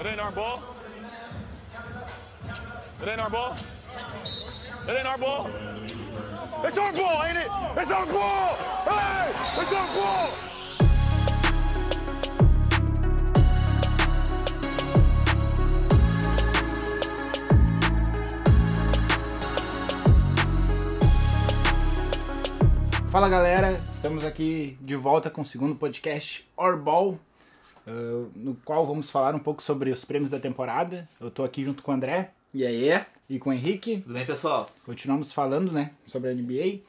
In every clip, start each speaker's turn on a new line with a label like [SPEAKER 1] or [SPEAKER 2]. [SPEAKER 1] It ain't our ball. It ain't our ball. It ain't our ball. It's our ball, ain't it? It's our ball. Hey, it's our ball.
[SPEAKER 2] Fala galera, estamos aqui de volta com o segundo podcast Orball, eh, no qual vamos falar um pouco sobre os prêmios da temporada. Eu tô aqui junto com o André
[SPEAKER 3] E aí?
[SPEAKER 2] e com o Henrique.
[SPEAKER 3] Tudo bem, pessoal?
[SPEAKER 2] Continuamos falando, né, sobre a NBA.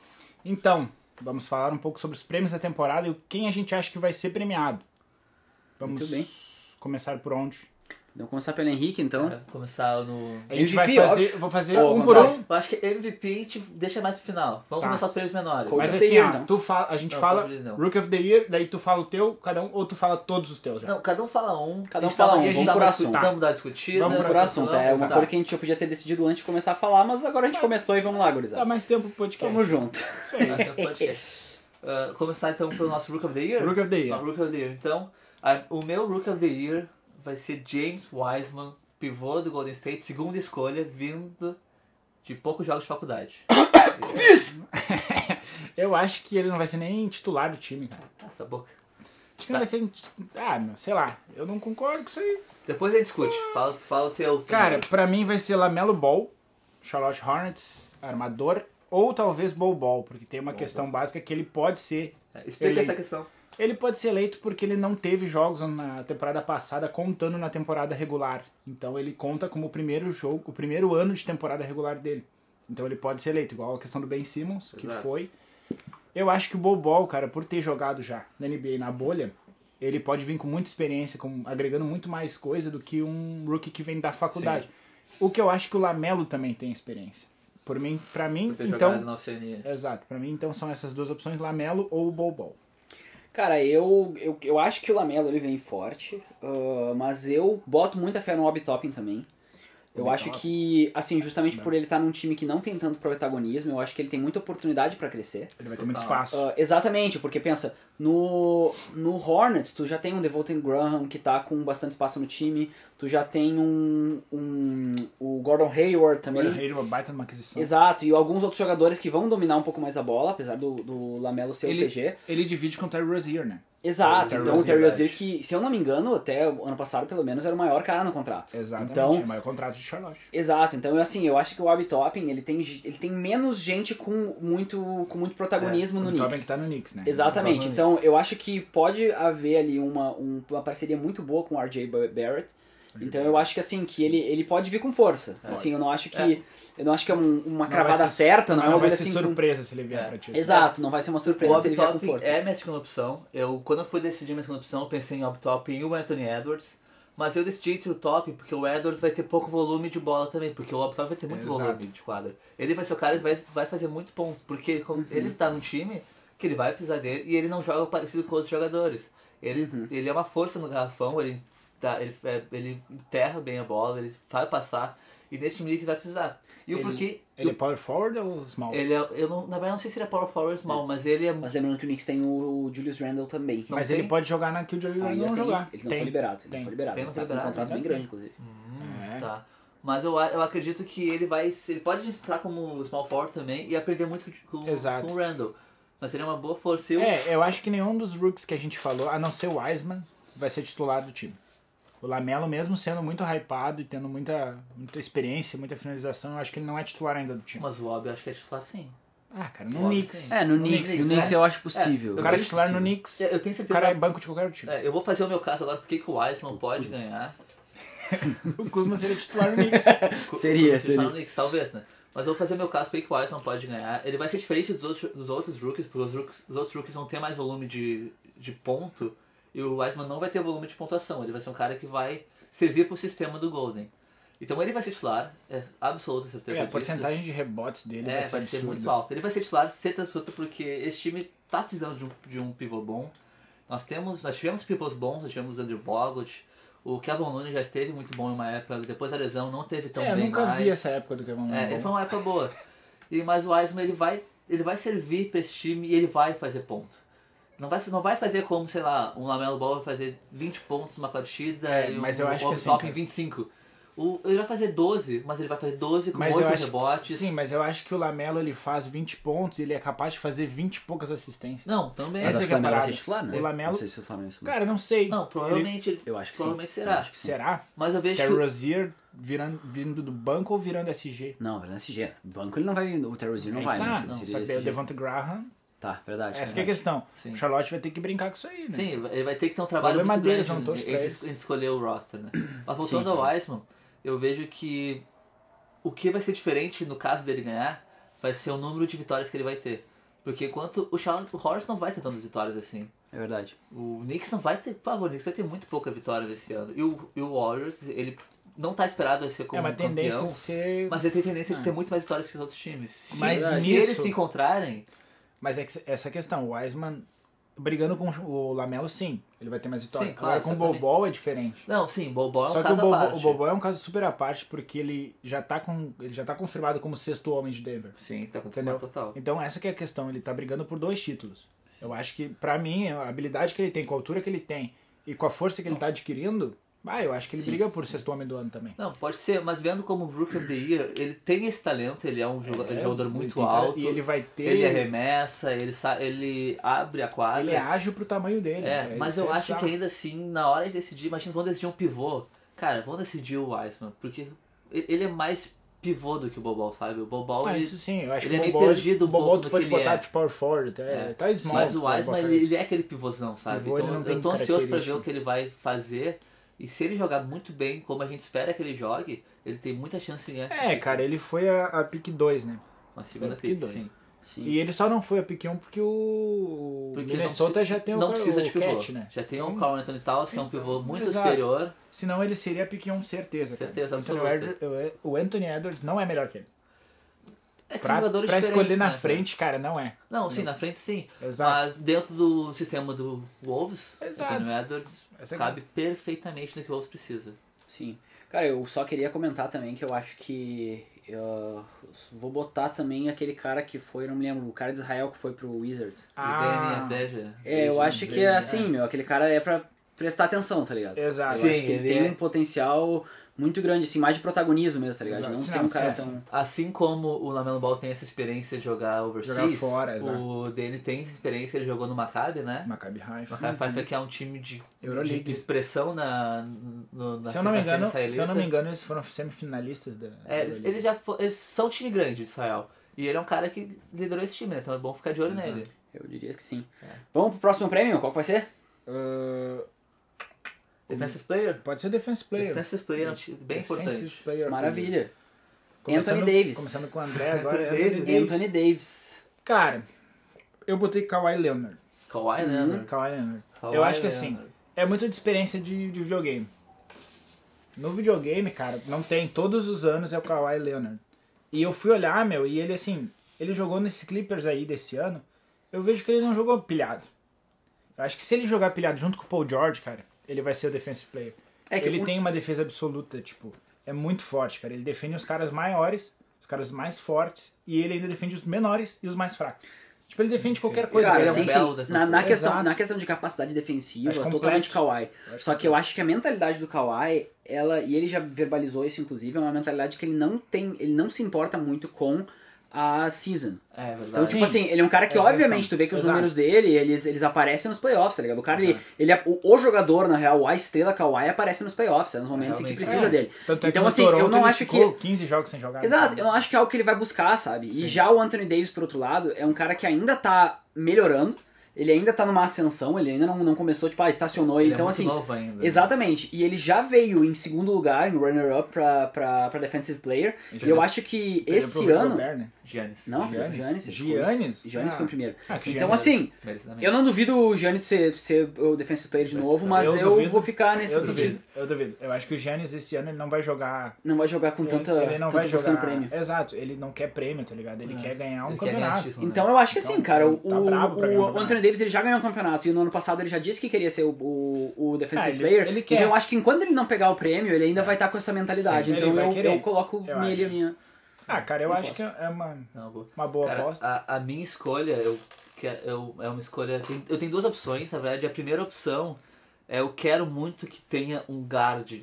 [SPEAKER 2] Então, vamos falar um pouco sobre os prêmios da temporada e quem a gente acha que vai ser premiado. Vamos
[SPEAKER 3] Muito bem.
[SPEAKER 2] começar por onde?
[SPEAKER 3] Vamos começar pelo Henrique, então.
[SPEAKER 4] Pra começar no.
[SPEAKER 2] A gente
[SPEAKER 3] MVP,
[SPEAKER 2] vai fazer,
[SPEAKER 3] óbvio.
[SPEAKER 2] vou fazer
[SPEAKER 3] Ó,
[SPEAKER 2] um
[SPEAKER 3] vamos
[SPEAKER 2] por
[SPEAKER 3] lá.
[SPEAKER 2] um.
[SPEAKER 4] Eu acho que MVP a gente deixa mais pro final. Vamos
[SPEAKER 2] Tá.
[SPEAKER 4] começar os prêmios menores.
[SPEAKER 3] Coach
[SPEAKER 2] Mas
[SPEAKER 3] of the
[SPEAKER 2] assim,
[SPEAKER 3] Year,
[SPEAKER 2] ah,
[SPEAKER 3] então.
[SPEAKER 2] tu fala, a gente
[SPEAKER 4] Não,
[SPEAKER 2] fala
[SPEAKER 4] Coach of the Year não.
[SPEAKER 2] Rookie of the Year, daí tu fala o teu, cada um, ou tu fala todos os teus já.
[SPEAKER 4] Não, cada um fala um.
[SPEAKER 3] Cada um
[SPEAKER 4] a gente dá uma-
[SPEAKER 3] fala um,
[SPEAKER 4] a gente
[SPEAKER 3] vamos
[SPEAKER 4] dá
[SPEAKER 3] por
[SPEAKER 4] uma
[SPEAKER 3] assunto.
[SPEAKER 4] discu-
[SPEAKER 3] Tá.
[SPEAKER 4] dá uma discutida.
[SPEAKER 2] Vamos por
[SPEAKER 3] Por assunto, é uma
[SPEAKER 2] Exato.
[SPEAKER 3] coisa que a gente podia ter decidido antes de começar a falar, mas Tá, agora a gente começou e vamos lá, gurizada.
[SPEAKER 2] Dá mais tempo pro podcast.
[SPEAKER 3] Tamo junto.
[SPEAKER 4] Ah, um começar então pelo nosso Rook of the Year?
[SPEAKER 2] Rook of the Year.
[SPEAKER 4] Ah, Rook of the Year. Então, a- o meu Rook of the Year vai ser James Wiseman, pivô do Golden State, segunda escolha, vindo de poucos jogos de faculdade.
[SPEAKER 2] Eu acho que ele não vai ser nem titular do time, cara.
[SPEAKER 4] Essa boca.
[SPEAKER 2] Acho que não vai ser. Ah, meu, sei lá. Eu não concordo com isso aí.
[SPEAKER 4] Depois a gente discute. Fala, fala o teu.
[SPEAKER 2] Cara, pra mim vai ser Lamelo Ball, Charlotte Hornets, armador, ou talvez Bol Ball, porque tem uma questão básica que ele pode ser.
[SPEAKER 4] É, explica
[SPEAKER 2] ele-
[SPEAKER 4] essa questão.
[SPEAKER 2] Ele pode ser eleito porque ele não teve jogos na temporada passada, contando na temporada regular. Então ele conta como o primeiro jogo, o primeiro ano de temporada regular dele. Então ele pode ser eleito, igual a questão do Ben Simmons, que
[SPEAKER 4] Exato.
[SPEAKER 2] foi. Eu acho que o Bobol, cara, por ter jogado já na NBA na bolha, ele pode vir com muita experiência, com, agregando muito mais coisa do que um rookie que vem da faculdade. O que eu acho que o Lamelo também tem experiência. Por mim, para mim,
[SPEAKER 4] Por ter jogado
[SPEAKER 2] então,
[SPEAKER 4] na Oceania.
[SPEAKER 2] exato, para mim então são essas duas opções, Lamelo ou Bobol.
[SPEAKER 3] Cara, eu, eu, eu acho que o Lamelo ele vem forte, ah, mas eu boto muita fé no Obi Toppin também. Eu acho que, assim, justamente por ele estar num time que não tem tanto protagonismo, eu acho que ele tem muita oportunidade pra crescer.
[SPEAKER 2] Ele vai ter muito espaço.
[SPEAKER 3] Ah, exatamente, porque pensa, no, no Hornets tu já tem um Devontae Graham que tá com bastante espaço no time, tu já tem um, um o Gordon Hayward também.
[SPEAKER 2] Gordon Hayward, uma baita numa aquisição.
[SPEAKER 3] Exato, e alguns outros jogadores que vão dominar um pouco mais a bola, apesar do, do Lamelo ser o PG.
[SPEAKER 2] ele divide com o Terry Rozier, né?
[SPEAKER 3] Exato,
[SPEAKER 2] Terry
[SPEAKER 3] então o
[SPEAKER 2] Rozier,
[SPEAKER 3] Terry
[SPEAKER 2] verdade.
[SPEAKER 3] Rozier que, se eu não me engano, até o ano passado pelo menos era o maior cara no contrato.
[SPEAKER 2] Exatamente,
[SPEAKER 3] Então,
[SPEAKER 2] é o maior contrato de Charlotte.
[SPEAKER 3] Exato, então assim, eu acho que o Obi Toppin, ele tem, ge- ele tem menos gente com muito, com muito protagonismo no
[SPEAKER 2] O Tobin
[SPEAKER 3] Knicks.
[SPEAKER 2] que tá no Knicks, né?
[SPEAKER 3] Exatamente. Então,
[SPEAKER 4] Provavelmente.
[SPEAKER 3] eu acho que pode haver ali uma, um- uma parceria muito boa com o RJ Bar- Barrett. Então eu acho que assim, que ele, ele pode vir com força. Assim, eu não acho que.
[SPEAKER 4] É.
[SPEAKER 3] Eu não acho que é um- uma
[SPEAKER 2] Não
[SPEAKER 3] cravada
[SPEAKER 2] vai ser-
[SPEAKER 3] certa, não, é
[SPEAKER 2] não
[SPEAKER 3] uma
[SPEAKER 2] vai
[SPEAKER 3] coisa
[SPEAKER 2] ser
[SPEAKER 3] assim. com-
[SPEAKER 2] surpresa se ele vier
[SPEAKER 4] É.
[SPEAKER 2] pra ti.
[SPEAKER 3] Exato, não vai ser uma
[SPEAKER 4] O
[SPEAKER 3] surpresa se ele vier com
[SPEAKER 4] Obtop
[SPEAKER 3] força.
[SPEAKER 4] é minha segunda opção. Eu, quando eu fui decidir minha segunda opção, eu pensei em Obtop e o Anthony Edwards. Mas eu decidi entre o Top, porque o Edwards vai ter pouco volume de bola também. Porque o Obtop vai ter muito
[SPEAKER 2] Exato.
[SPEAKER 4] volume de quadra. Ele vai ser o cara que vai, vai fazer muito ponto. Porque como
[SPEAKER 3] Uhum.
[SPEAKER 4] ele tá num time que ele vai precisar dele e ele não joga parecido com outros jogadores. Ele,
[SPEAKER 3] Uhum.
[SPEAKER 4] ele é uma força no garrafão, ele, dá- ele, é, ele enterra bem a bola, ele vai passar. E nesse time ele vai precisar. E o
[SPEAKER 3] Ele-
[SPEAKER 4] porquê...
[SPEAKER 2] Ele é power forward ou small?
[SPEAKER 4] Ele é- eu não, na verdade, não sei se ele é Power Forward ou Small, mas ele é
[SPEAKER 3] Mas lembrando que o Knicks tem o Julius Randle também.
[SPEAKER 4] Não
[SPEAKER 2] Mas
[SPEAKER 4] tem?
[SPEAKER 2] ele pode jogar na que o Jalen
[SPEAKER 3] Ainda
[SPEAKER 2] não
[SPEAKER 3] tem-
[SPEAKER 2] jogar.
[SPEAKER 3] Ah, Ele não
[SPEAKER 2] Tem.
[SPEAKER 3] foi liberado. Ele
[SPEAKER 2] Tem.
[SPEAKER 3] não foi liberado.
[SPEAKER 4] Tem,
[SPEAKER 3] Ele
[SPEAKER 4] não
[SPEAKER 3] tá
[SPEAKER 4] foi
[SPEAKER 3] com um
[SPEAKER 4] liberado.
[SPEAKER 3] contrato bem grande, inclusive.
[SPEAKER 2] É.
[SPEAKER 4] Tá. Mas eu, eu acredito que ele vai. Ele pode entrar como small forward também e aprender muito com, com
[SPEAKER 2] Exato.
[SPEAKER 4] o Randall. Mas ele é uma boa força. Eu,
[SPEAKER 2] É, eu acho que nenhum dos rooks que a gente falou, a não ser o Wiseman, vai ser titular do time. O Lamelo, mesmo sendo muito hypado e tendo muita, muita experiência, muita finalização, eu acho que ele não é titular ainda do time.
[SPEAKER 4] Mas o Ob, eu acho que é titular sim.
[SPEAKER 2] Ah, cara, no
[SPEAKER 4] Óbvio,
[SPEAKER 2] Knicks.
[SPEAKER 4] sim.
[SPEAKER 3] É, no Knicks. No Knicks
[SPEAKER 2] né?
[SPEAKER 3] eu acho possível.
[SPEAKER 2] O cara é titular no Knicks,
[SPEAKER 4] É, Eu tenho
[SPEAKER 2] o
[SPEAKER 4] certeza.
[SPEAKER 2] cara é banco de qualquer time.
[SPEAKER 4] é, eu vou fazer o meu caso agora, porque que o Wiseman pode ganhar.
[SPEAKER 2] O Kuzma seria titular no Knicks.
[SPEAKER 3] Seria,
[SPEAKER 4] Se falar
[SPEAKER 3] seria.
[SPEAKER 4] no Knicks, talvez, né? Mas eu vou fazer o meu caso, porque que o Wiseman pode ganhar. Ele vai ser diferente dos outros, dos outros rookies, porque os, rookies, os outros rookies vão ter mais volume de, de ponto. E o Wiseman não vai ter volume de pontuação. Ele vai ser um cara que vai servir pro sistema do Golden. Então ele vai ser titular, é absoluta certeza.
[SPEAKER 2] É, a
[SPEAKER 4] disso.
[SPEAKER 2] porcentagem de rebotes dele
[SPEAKER 4] É,
[SPEAKER 2] vai ser
[SPEAKER 4] vai ser muito
[SPEAKER 2] absurda.
[SPEAKER 4] alta. Ele vai ser titular, certeza absoluta, porque esse time tá precisando de um, de um pivô bom. Nós temos, nós tivemos pivôs bons, nós tivemos o Andrew Bogut, o Kevin Looney já esteve muito bom em uma época, depois da lesão não teve tão
[SPEAKER 2] É, eu
[SPEAKER 4] bem
[SPEAKER 2] nunca
[SPEAKER 4] mais.
[SPEAKER 2] vi essa época do Kevin
[SPEAKER 4] É, ele foi
[SPEAKER 2] Love.
[SPEAKER 4] uma época boa. E, mas o Wiseman, ele vai, ele vai servir pra esse time e ele vai fazer ponto. Não vai, não vai fazer como, sei lá, um Lamelo Ball vai fazer 20 pontos numa partida
[SPEAKER 2] É,
[SPEAKER 4] e
[SPEAKER 2] mas
[SPEAKER 4] um,
[SPEAKER 2] eu acho
[SPEAKER 4] um
[SPEAKER 2] que assim,
[SPEAKER 4] Obi-Toppin
[SPEAKER 2] cara.
[SPEAKER 4] 25. O, ele vai fazer 12, mas ele vai fazer 12 com
[SPEAKER 2] Mas
[SPEAKER 4] 8
[SPEAKER 2] eu acho,
[SPEAKER 4] rebotes.
[SPEAKER 2] Sim, mas eu acho que o Lamelo ele faz 20 pontos e ele é capaz de fazer 20 e poucas assistências.
[SPEAKER 4] Não, também.
[SPEAKER 2] Essa
[SPEAKER 4] Mas,
[SPEAKER 2] é
[SPEAKER 4] é
[SPEAKER 2] que a
[SPEAKER 3] Lamelo vai
[SPEAKER 2] parada.
[SPEAKER 3] ser titular, né?
[SPEAKER 2] O Lamelo-
[SPEAKER 3] Não sei se vocês falaram isso. mas-
[SPEAKER 2] Cara, não sei.
[SPEAKER 4] não, provavelmente.
[SPEAKER 3] Eu acho que sim.
[SPEAKER 4] Provavelmente será.
[SPEAKER 3] Eu acho que sim.
[SPEAKER 2] Será?
[SPEAKER 4] Mas eu vejo
[SPEAKER 2] Terry
[SPEAKER 4] que.
[SPEAKER 2] Rozier virando, vindo do banco ou virando SG?
[SPEAKER 3] Não, verdade, SG. Banco ele não vai. O Terrorismo não
[SPEAKER 2] Aí
[SPEAKER 3] vai,
[SPEAKER 2] que
[SPEAKER 3] né?
[SPEAKER 2] tá.
[SPEAKER 3] Se- se-
[SPEAKER 2] Só que
[SPEAKER 3] se-
[SPEAKER 2] daí o Devonta Graham.
[SPEAKER 3] Tá, verdade.
[SPEAKER 2] Essa que é a
[SPEAKER 3] verdade.
[SPEAKER 2] questão.
[SPEAKER 4] Sim.
[SPEAKER 2] O Charlotte vai ter que brincar com isso aí, né?
[SPEAKER 4] Sim, ele vai ter que ter um trabalho
[SPEAKER 2] Problema
[SPEAKER 4] muito
[SPEAKER 2] deles,
[SPEAKER 4] grande
[SPEAKER 2] eu não torço
[SPEAKER 4] em,
[SPEAKER 2] pra
[SPEAKER 4] em
[SPEAKER 2] eles.
[SPEAKER 4] es- em escolher o roster, né? Mas voltando ao Wiseman, eu vejo que o que vai ser diferente no caso dele ganhar vai ser o número de vitórias que ele vai ter. Porque enquanto o Charlotte o Hornets não vai ter tantas vitórias assim.
[SPEAKER 3] É verdade.
[SPEAKER 4] O Knicks não vai ter, por favor, o Knicks vai ter muito pouca vitória desse ano. E o, e o Warriors, ele não tá esperado a ser
[SPEAKER 2] É
[SPEAKER 4] como
[SPEAKER 2] uma tendência
[SPEAKER 4] campeão,
[SPEAKER 2] de ser. Mas,
[SPEAKER 4] mas ele tem tendência de ter muito mais vitórias que os outros times. Se-
[SPEAKER 2] Mas
[SPEAKER 4] se
[SPEAKER 2] nisso-
[SPEAKER 4] eles se encontrarem,
[SPEAKER 2] é que essa questão. O Wiseman brigando com o Lamelo, sim. Ele vai ter mais vitória.
[SPEAKER 4] Sim, claro,
[SPEAKER 2] Agora com o
[SPEAKER 4] exatamente.
[SPEAKER 2] Bobol é diferente.
[SPEAKER 4] não, sim, Bobol é
[SPEAKER 2] Só
[SPEAKER 4] um
[SPEAKER 2] que o
[SPEAKER 4] caso à
[SPEAKER 2] Bobo,
[SPEAKER 4] parte.
[SPEAKER 2] o Bobo é um caso super à parte porque ele já tá, com, ele já tá confirmado como sexto homem de Denver.
[SPEAKER 4] Sim, tá
[SPEAKER 2] Entendeu?
[SPEAKER 4] confirmado total.
[SPEAKER 2] Então essa que é a questão, ele tá brigando por dois títulos. Eu acho que, pra mim, a habilidade que ele tem, com a altura que ele tem e com a força que ele tá adquirindo, ah, eu acho que ele briga por sexto homem do ano também.
[SPEAKER 4] Não, pode ser, mas vendo como o Brook of the Year, ele tem esse talento, ele é um joga-
[SPEAKER 2] É,
[SPEAKER 4] jogador
[SPEAKER 2] ele
[SPEAKER 4] muito
[SPEAKER 2] tem talento,
[SPEAKER 4] alto.
[SPEAKER 2] e ele vai ter-
[SPEAKER 4] Ele arremessa, ele, sa- ele abre a quadra.
[SPEAKER 2] Ele é ágil pro tamanho dele.
[SPEAKER 4] É,
[SPEAKER 2] né?
[SPEAKER 4] mas
[SPEAKER 2] Isso
[SPEAKER 4] eu
[SPEAKER 2] é
[SPEAKER 4] acho que
[SPEAKER 2] bizarro.
[SPEAKER 4] ainda assim, na hora de decidir, imagina, vão decidir um pivô. Cara, vão decidir o Wiseman, porque e- ele é mais pivô do que o Bobol, sabe? O Bobol,
[SPEAKER 2] Ah,
[SPEAKER 4] ele,
[SPEAKER 2] isso sim, eu acho
[SPEAKER 4] ele
[SPEAKER 2] que
[SPEAKER 4] é
[SPEAKER 2] o
[SPEAKER 4] meio
[SPEAKER 2] Bobol,
[SPEAKER 4] perdido um
[SPEAKER 2] o Bobol
[SPEAKER 4] pouco
[SPEAKER 2] tu
[SPEAKER 4] do
[SPEAKER 2] pode
[SPEAKER 4] que ele
[SPEAKER 2] botar
[SPEAKER 4] é.
[SPEAKER 2] de power forward, é, tá small.
[SPEAKER 4] Mas
[SPEAKER 2] tu
[SPEAKER 4] o
[SPEAKER 2] pode
[SPEAKER 4] Wiseman,
[SPEAKER 2] botar
[SPEAKER 4] ele, ele é aquele pivôzão, sabe?
[SPEAKER 2] Pivô, ele
[SPEAKER 4] então
[SPEAKER 2] não
[SPEAKER 4] eu
[SPEAKER 2] tem
[SPEAKER 4] tô ansioso pra ver
[SPEAKER 2] característica.
[SPEAKER 4] o que ele vai fazer. E se ele jogar muito bem, como a gente espera que ele jogue, ele tem muita chance de ganhar esse
[SPEAKER 2] É,
[SPEAKER 4] título.
[SPEAKER 2] cara, ele foi a, a pick 2, né?
[SPEAKER 4] uma segunda
[SPEAKER 2] Foi a pick
[SPEAKER 4] pick,
[SPEAKER 2] dois.
[SPEAKER 4] sim.
[SPEAKER 3] Sim.
[SPEAKER 2] E ele só não foi a pick 1 porque o
[SPEAKER 4] Porque
[SPEAKER 2] Minnesota
[SPEAKER 4] não, preci-
[SPEAKER 2] já tem
[SPEAKER 4] não
[SPEAKER 2] o,
[SPEAKER 4] precisa
[SPEAKER 2] o
[SPEAKER 4] de pivô.
[SPEAKER 2] Cat, né?
[SPEAKER 4] Já tem
[SPEAKER 2] Então,
[SPEAKER 4] um Carl Anthony Towns, que é um pivô muito
[SPEAKER 2] exato.
[SPEAKER 4] superior.
[SPEAKER 2] Senão ele seria pick 1, certeza. cara.
[SPEAKER 4] Certeza,
[SPEAKER 2] Anthony
[SPEAKER 4] absoluta.
[SPEAKER 2] Edwards- o Anthony Edwards não é melhor que ele.
[SPEAKER 4] É que
[SPEAKER 2] Pra,
[SPEAKER 4] são jogadores
[SPEAKER 2] pra
[SPEAKER 4] diferentes,
[SPEAKER 2] escolher na
[SPEAKER 4] né, cara?
[SPEAKER 2] frente, cara, não é.
[SPEAKER 4] Não, sim, na frente sim.
[SPEAKER 2] Exato.
[SPEAKER 4] Mas dentro do sistema do Wolves,
[SPEAKER 2] Exato.
[SPEAKER 4] Anthony Edwards
[SPEAKER 2] Essa é
[SPEAKER 4] cabe perfeitamente no que o Wolves precisa.
[SPEAKER 3] Sim. Cara, eu só queria comentar também que eu acho que. eu vou botar também aquele cara que foi, não me lembro, o cara de Israel que foi pro Wizards.
[SPEAKER 2] Ah,
[SPEAKER 4] o Danny Avdeja.
[SPEAKER 3] É, eu acho que é assim, meu, aquele cara é pra prestar atenção, tá ligado?
[SPEAKER 2] Exato.
[SPEAKER 3] Eu
[SPEAKER 4] Sim,
[SPEAKER 3] acho que ele
[SPEAKER 4] ele
[SPEAKER 3] tem
[SPEAKER 4] é.
[SPEAKER 3] um potencial muito grande, assim, mais de protagonismo mesmo, tá ligado?
[SPEAKER 2] Exato.
[SPEAKER 3] Não
[SPEAKER 2] Sim,
[SPEAKER 3] ser
[SPEAKER 2] não,
[SPEAKER 3] um cara
[SPEAKER 2] sim,
[SPEAKER 3] tão.
[SPEAKER 4] Assim como o Lamelo Ball tem essa experiência de jogar overseas,
[SPEAKER 2] Jogar fora, exato.
[SPEAKER 4] o Danny tem essa experiência, ele jogou no Maccabi, né?
[SPEAKER 2] Maccabi Haifa.
[SPEAKER 4] Maccabi Haifa que é um time de, de,
[SPEAKER 2] Uhum. Euroleague.
[SPEAKER 4] de expressão na, no, na
[SPEAKER 2] Se eu, não me
[SPEAKER 4] na cena
[SPEAKER 2] engano, se eu não me
[SPEAKER 4] israelita.
[SPEAKER 2] engano, eles foram semifinalistas da. da
[SPEAKER 4] É, eles,
[SPEAKER 2] Liga.
[SPEAKER 4] eles já fo- eles são um time grande de Israel. E ele é um cara que liderou esse time, né? Então é bom ficar de olho nele.
[SPEAKER 3] Eu diria que sim.
[SPEAKER 2] É.
[SPEAKER 3] Vamos pro próximo prêmio? Qual que vai ser?
[SPEAKER 2] Ah,
[SPEAKER 4] Defensive player?
[SPEAKER 2] pode ser defense player.
[SPEAKER 4] Defensive player é um time bem
[SPEAKER 2] Defensive
[SPEAKER 4] importante.
[SPEAKER 2] player.
[SPEAKER 3] Maravilha.
[SPEAKER 2] Começando-
[SPEAKER 3] Anthony Davis.
[SPEAKER 2] Começando com o André agora.
[SPEAKER 4] Anthony
[SPEAKER 2] Anthony Davis.
[SPEAKER 3] Anthony Davis.
[SPEAKER 2] Cara, eu botei Kawhi Leonard.
[SPEAKER 4] Kawhi
[SPEAKER 2] Uhum.
[SPEAKER 4] Leonard.
[SPEAKER 2] Kawhi Leonard.
[SPEAKER 4] Kawhi
[SPEAKER 2] eu acho que assim,
[SPEAKER 4] Leonard.
[SPEAKER 2] é muito de experiência de, de videogame. No videogame, cara, não tem. Todos os anos é o Kawhi Leonard. E eu fui olhar, meu, e ele assim, ele jogou nesse Clippers aí desse ano. Eu vejo que ele não jogou pilhado. Eu acho que se ele jogar pilhado junto com o Paul George, cara, ele vai ser o defensive player.
[SPEAKER 3] É que
[SPEAKER 2] ele
[SPEAKER 3] o-
[SPEAKER 2] tem uma defesa absoluta, tipo, é muito forte, cara. Ele defende os caras maiores, os caras mais fortes, e ele ainda defende os menores e os mais fracos. Tipo, ele defende qualquer coisa.
[SPEAKER 3] Cara,
[SPEAKER 2] ele é um
[SPEAKER 3] sim,
[SPEAKER 4] belo
[SPEAKER 3] sim.
[SPEAKER 4] defensor.
[SPEAKER 3] Na, na questão,
[SPEAKER 2] Exato.
[SPEAKER 3] na questão de capacidade defensiva,
[SPEAKER 2] Acho completo.
[SPEAKER 3] totalmente Kawhi. Só que eu acho que a mentalidade do Kawhi, ela, e ele já verbalizou isso inclusive, é uma mentalidade que ele não tem, ele não se importa muito com a season.
[SPEAKER 4] É verdade.
[SPEAKER 3] Então, tipo assim, ele é um cara que,
[SPEAKER 2] Essa
[SPEAKER 3] obviamente,
[SPEAKER 2] questão.
[SPEAKER 3] tu vê que os
[SPEAKER 2] Exato.
[SPEAKER 3] números dele, eles, eles aparecem nos playoffs, tá ligado? O cara, ele, ele é- o, o jogador, na real, a estrela Kawhi aparece nos playoffs, é nos momentos em que
[SPEAKER 4] Realmente.
[SPEAKER 3] precisa
[SPEAKER 2] É.
[SPEAKER 3] dele.
[SPEAKER 2] Tanto é que
[SPEAKER 3] então,
[SPEAKER 2] no
[SPEAKER 3] assim,
[SPEAKER 2] Toronto
[SPEAKER 3] eu não
[SPEAKER 2] ele
[SPEAKER 3] acho que.
[SPEAKER 2] ficou 15 jogos sem jogar. então
[SPEAKER 3] Exato, eu não acho que é algo que ele vai buscar, sabe? E já o Anthony Davis, por outro lado, é um cara que ainda tá melhorando, ele ainda tá numa ascensão, ele ainda não, não começou, tipo, ah, estacionou.
[SPEAKER 4] Ele é
[SPEAKER 3] então,
[SPEAKER 4] muito
[SPEAKER 3] assim.
[SPEAKER 4] novo
[SPEAKER 2] né?
[SPEAKER 4] ainda.
[SPEAKER 3] Exatamente, e ele já veio em segundo lugar, em runner-up pra, pra, pra Defensive Player, e eu acho que
[SPEAKER 2] Por exemplo,
[SPEAKER 3] esse
[SPEAKER 2] o
[SPEAKER 3] ano.
[SPEAKER 2] Gobert, né?
[SPEAKER 4] Giannis.
[SPEAKER 3] Não,
[SPEAKER 2] Giannis.
[SPEAKER 3] Giannis.
[SPEAKER 2] Giannis?
[SPEAKER 3] Giannis
[SPEAKER 2] Ah.
[SPEAKER 3] foi o primeiro.
[SPEAKER 2] Ah, que
[SPEAKER 3] então,
[SPEAKER 2] Giannis.
[SPEAKER 3] assim,
[SPEAKER 4] Merecidamente.
[SPEAKER 3] eu não duvido o Giannis ser, ser o defensive player de novo, mas eu,
[SPEAKER 2] duvido.
[SPEAKER 3] vou ficar nesse
[SPEAKER 2] eu
[SPEAKER 3] sentido.
[SPEAKER 2] Duvido, eu duvido. Eu acho que o Giannis esse ano ele não vai jogar.
[SPEAKER 3] Não vai jogar com tanta,
[SPEAKER 2] ele, ele não
[SPEAKER 3] tanta
[SPEAKER 2] vai
[SPEAKER 3] busca no
[SPEAKER 2] jogar.
[SPEAKER 3] prêmio. É.
[SPEAKER 2] Exato, ele não quer prêmio, tá ligado? Ele quer ganhar um
[SPEAKER 4] Ele quer ganhar
[SPEAKER 2] campeonato.
[SPEAKER 4] título, né?
[SPEAKER 3] Então eu acho que
[SPEAKER 2] Então,
[SPEAKER 3] assim, cara, o,
[SPEAKER 2] tá bravo pra ganhar um
[SPEAKER 3] o, o
[SPEAKER 2] campeonato.
[SPEAKER 3] Anthony Davis ele já ganhou um campeonato e no ano passado ele já disse que queria ser o, o, o defensive
[SPEAKER 2] Ah, ele-
[SPEAKER 3] player.
[SPEAKER 2] ele quer. É.
[SPEAKER 3] Então eu acho que enquanto ele não pegar o prêmio, ele ainda vai estar com essa mentalidade.
[SPEAKER 2] Sim, ele
[SPEAKER 3] então
[SPEAKER 2] vai
[SPEAKER 3] eu,
[SPEAKER 2] querer.
[SPEAKER 3] eu coloco
[SPEAKER 2] Eu
[SPEAKER 3] nele a
[SPEAKER 2] acho.
[SPEAKER 3] minha.
[SPEAKER 2] Ah, cara, eu,
[SPEAKER 3] Eu
[SPEAKER 2] acho
[SPEAKER 3] gosto.
[SPEAKER 2] que é uma.
[SPEAKER 4] Não,
[SPEAKER 2] Uma boa
[SPEAKER 4] Cara, ah,
[SPEAKER 2] aposta.
[SPEAKER 4] A, a minha escolha, eu que é, é um- é uma escolha. tem- eu tenho duas opções, na verdade. A primeira opção é eu quero muito que tenha um guard